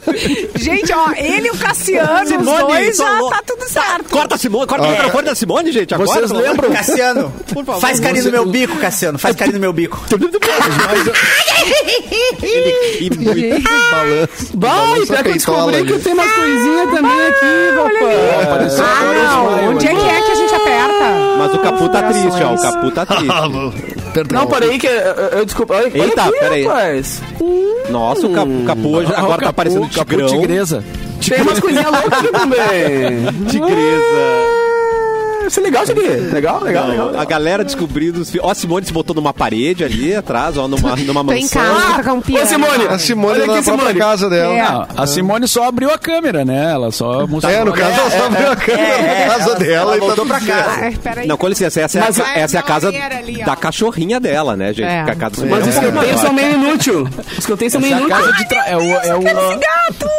ele mesmo. Gente, ó, ele e o Cassiano, os Simone, dois, tô já louco. tá tudo certo. Corta a Simone, corta o microfone da Simone, gente. Agora, Vocês pelo amor de lembram? Cassiano, favor. faz carinho no meu bico, Cassiano. Faz carinho no meu bico. E muito- Vai, pior Balança que eu peitola descobri ali. que eu tenho umas coisinhas também aqui, papai. Apareceu Ah, agora o Ismael não. Onde é ali. que é que a gente aperta? Mas o Capu tá triste, ó. O Capu tá triste. Perdão. Não, peraí que eu, eu desculpa. Olha, olha Eita, aqui, peraí. rapaz. Nossa, o Capu, o Capu hoje Ah, o agora tá Capu- parecendo Capu tigrão. tigresa. Tem umas coisinhas loucas aqui Ah. também. Tigresa. Ah, Isso é legal isso aqui. Legal, legal, legal. Não, a galera descobrindo os fi- Ó, a Simone se botou numa parede ali atrás, ó, numa, numa Tô em mansão. casa, vou tocar um piano. Ah, Ô, Simone. A Simone Olha na aqui, própria Simone. casa dela. É. Ah, a Simone só abriu a câmera, né? Ela só Tá mostrou. É, no caso, ela só abriu a câmera é, na casa ela- dela ela e tá voltou pra tudo casa. certo. Ah, peraí. Não, com licença, essa é a, Mas ca- a- essa é a casa Vai na lareira ali, ó. da cachorrinha dela, né, gente? É. Que é A casa do Simone. Mas os que eu tenho são meio inútil. Os que eu tenho são meio É a inútil. casa de tra... é o, é o... Gato!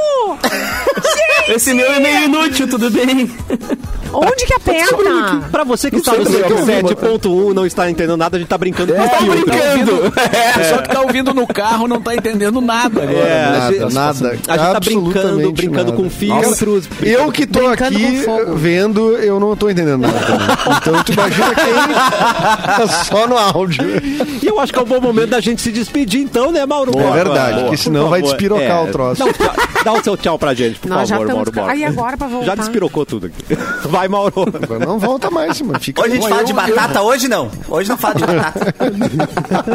Esse meu é meio inútil, tudo bem. Onde que aperta? Pra você que está no sei também, 107.1 não está entendendo nada, a gente tá brincando com Tá filtro. brincando. É. O pessoal que tá ouvindo no carro não tá entendendo nada agora. É, né? a gente- Nada, nada. A gente tá brincando, Absolutamente brincando nada. com filtros. Cara, eu que tô Brincando aqui com fogo. vendo, eu não tô entendendo nada. também. Então tu imagina quem tá só no áudio. E eu acho que é um bom momento da gente se despedir, então, né, Mauro? É verdade, porque Por senão vai favor. É. despirocar o troço. Dá, o tchau- dá o seu tchau pra gente, por Nós favor, já Mauro. estamos... Mauro. Aí agora pra voltar. Já despirocou tudo aqui. Vai, Mauro. Agora não volta mais, mano. Fica Hoje a gente Bom, fala eu- de batata, hoje não. Hoje não fala de batata.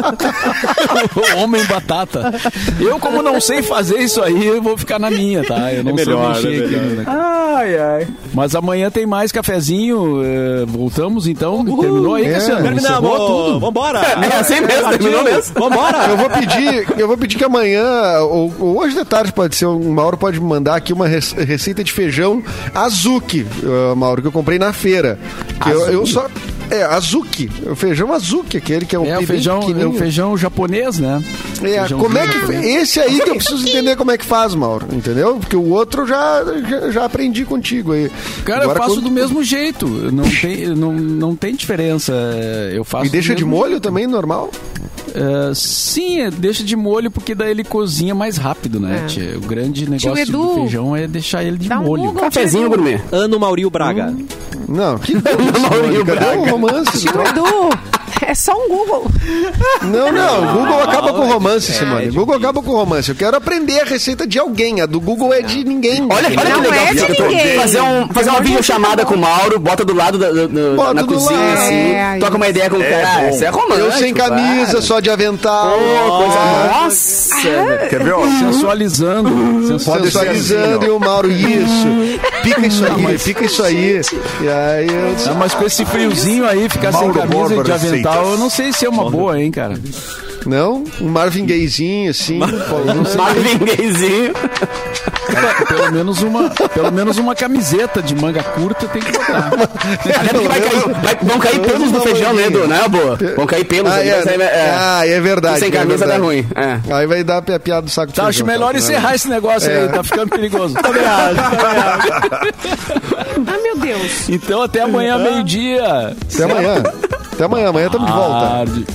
O Homem batata. Eu, como não sei fazer isso aí, eu vou ficar na minha, tá? Eu não É melhor, sei mexer é aqui. melhor. né? Ai, ai. Mas amanhã tem mais cafezinho. eh, Voltamos então. Terminou aí, É, Cassiano? Terminamos. Encerrou tudo. Vambora. É assim mesmo, terminou mesmo. Vambora. Eu vou pedir, eu vou pedir que amanhã, ou, ou hoje de tarde pode ser, o Mauro pode me mandar aqui uma rec- receita de feijão azuki, eh, Mauro, que eu comprei na feira. Que eu, eu só. É, azuki. O feijão azuki, aquele que é um É o bem feijão, é o pequenininho. feijão japonês, né? É, Feijãozinho como é que. japonês. Esse aí que eu preciso entender como é que faz, Mauro. Entendeu? Porque o outro eu já, já, já aprendi contigo aí. Cara, Agora, eu faço quando- do mesmo jeito. Não tem, não, não tem diferença. eh, Eu faço. E deixa do de mesmo molho também, normal? É, sim, é, deixa de molho porque daí ele cozinha mais rápido, né? É. tia? O grande negócio Edu, do feijão é deixar ele de dá um molho. Google. Cafezinho gourmet. Ano Maurio Braga. Não, que Maurinho, cadê o romance? Tio Ah, Edu, é só um Google. Não, não, Ah, o Google acaba com o romance, Simone. é O Google acaba com o romance. Eu quero aprender a receita de alguém. A do Google é de ninguém. Olha, olha Não que legal. é de Vitor. ninguém. é Fazer, um, fazer uma videochamada com o Mauro, bota do lado da, da- da- Bota na do cozinha, lado. assim. É, toca uma ideia com o cara. Isso é romântico. Eu sem camisa, claro. só de avental. Pô, coisa nossa. Quer ver, ó? Sensualizando. sensualizando. Pode ser Sensualizando assim, ó. e o Mauro, isso. Pica isso aí, pica isso aí. E aí eu Ah, mas com esse friozinho aí, ficar sem Mauro camisa e de Borba, avental, receitas. eu não sei se é uma boa, hein, cara. Não? Um Marvin Gayezinho, assim. pô, não sei. Marvin Gayezinho. Pelo menos uma, pelo menos uma camiseta de manga curta tem que botar. Até É porque vai cair, vai- vão cair pelos do feijão, né, Edu? Né, boa? Vão cair pelos. Ah, aí, mas aí vai- é, é. ah, é verdade. sem é camisa dá verdade. ruim. É. Aí vai dar a piada do saco de Tá, acho feijão, melhor tá? encerrar esse negócio É. aí, tá ficando perigoso. Ah, meu Deus. Hum. Tá. Então até amanhã, meio-dia. Ah, Até amanhã. Até amanhã, amanhã estamos de volta. Tarde.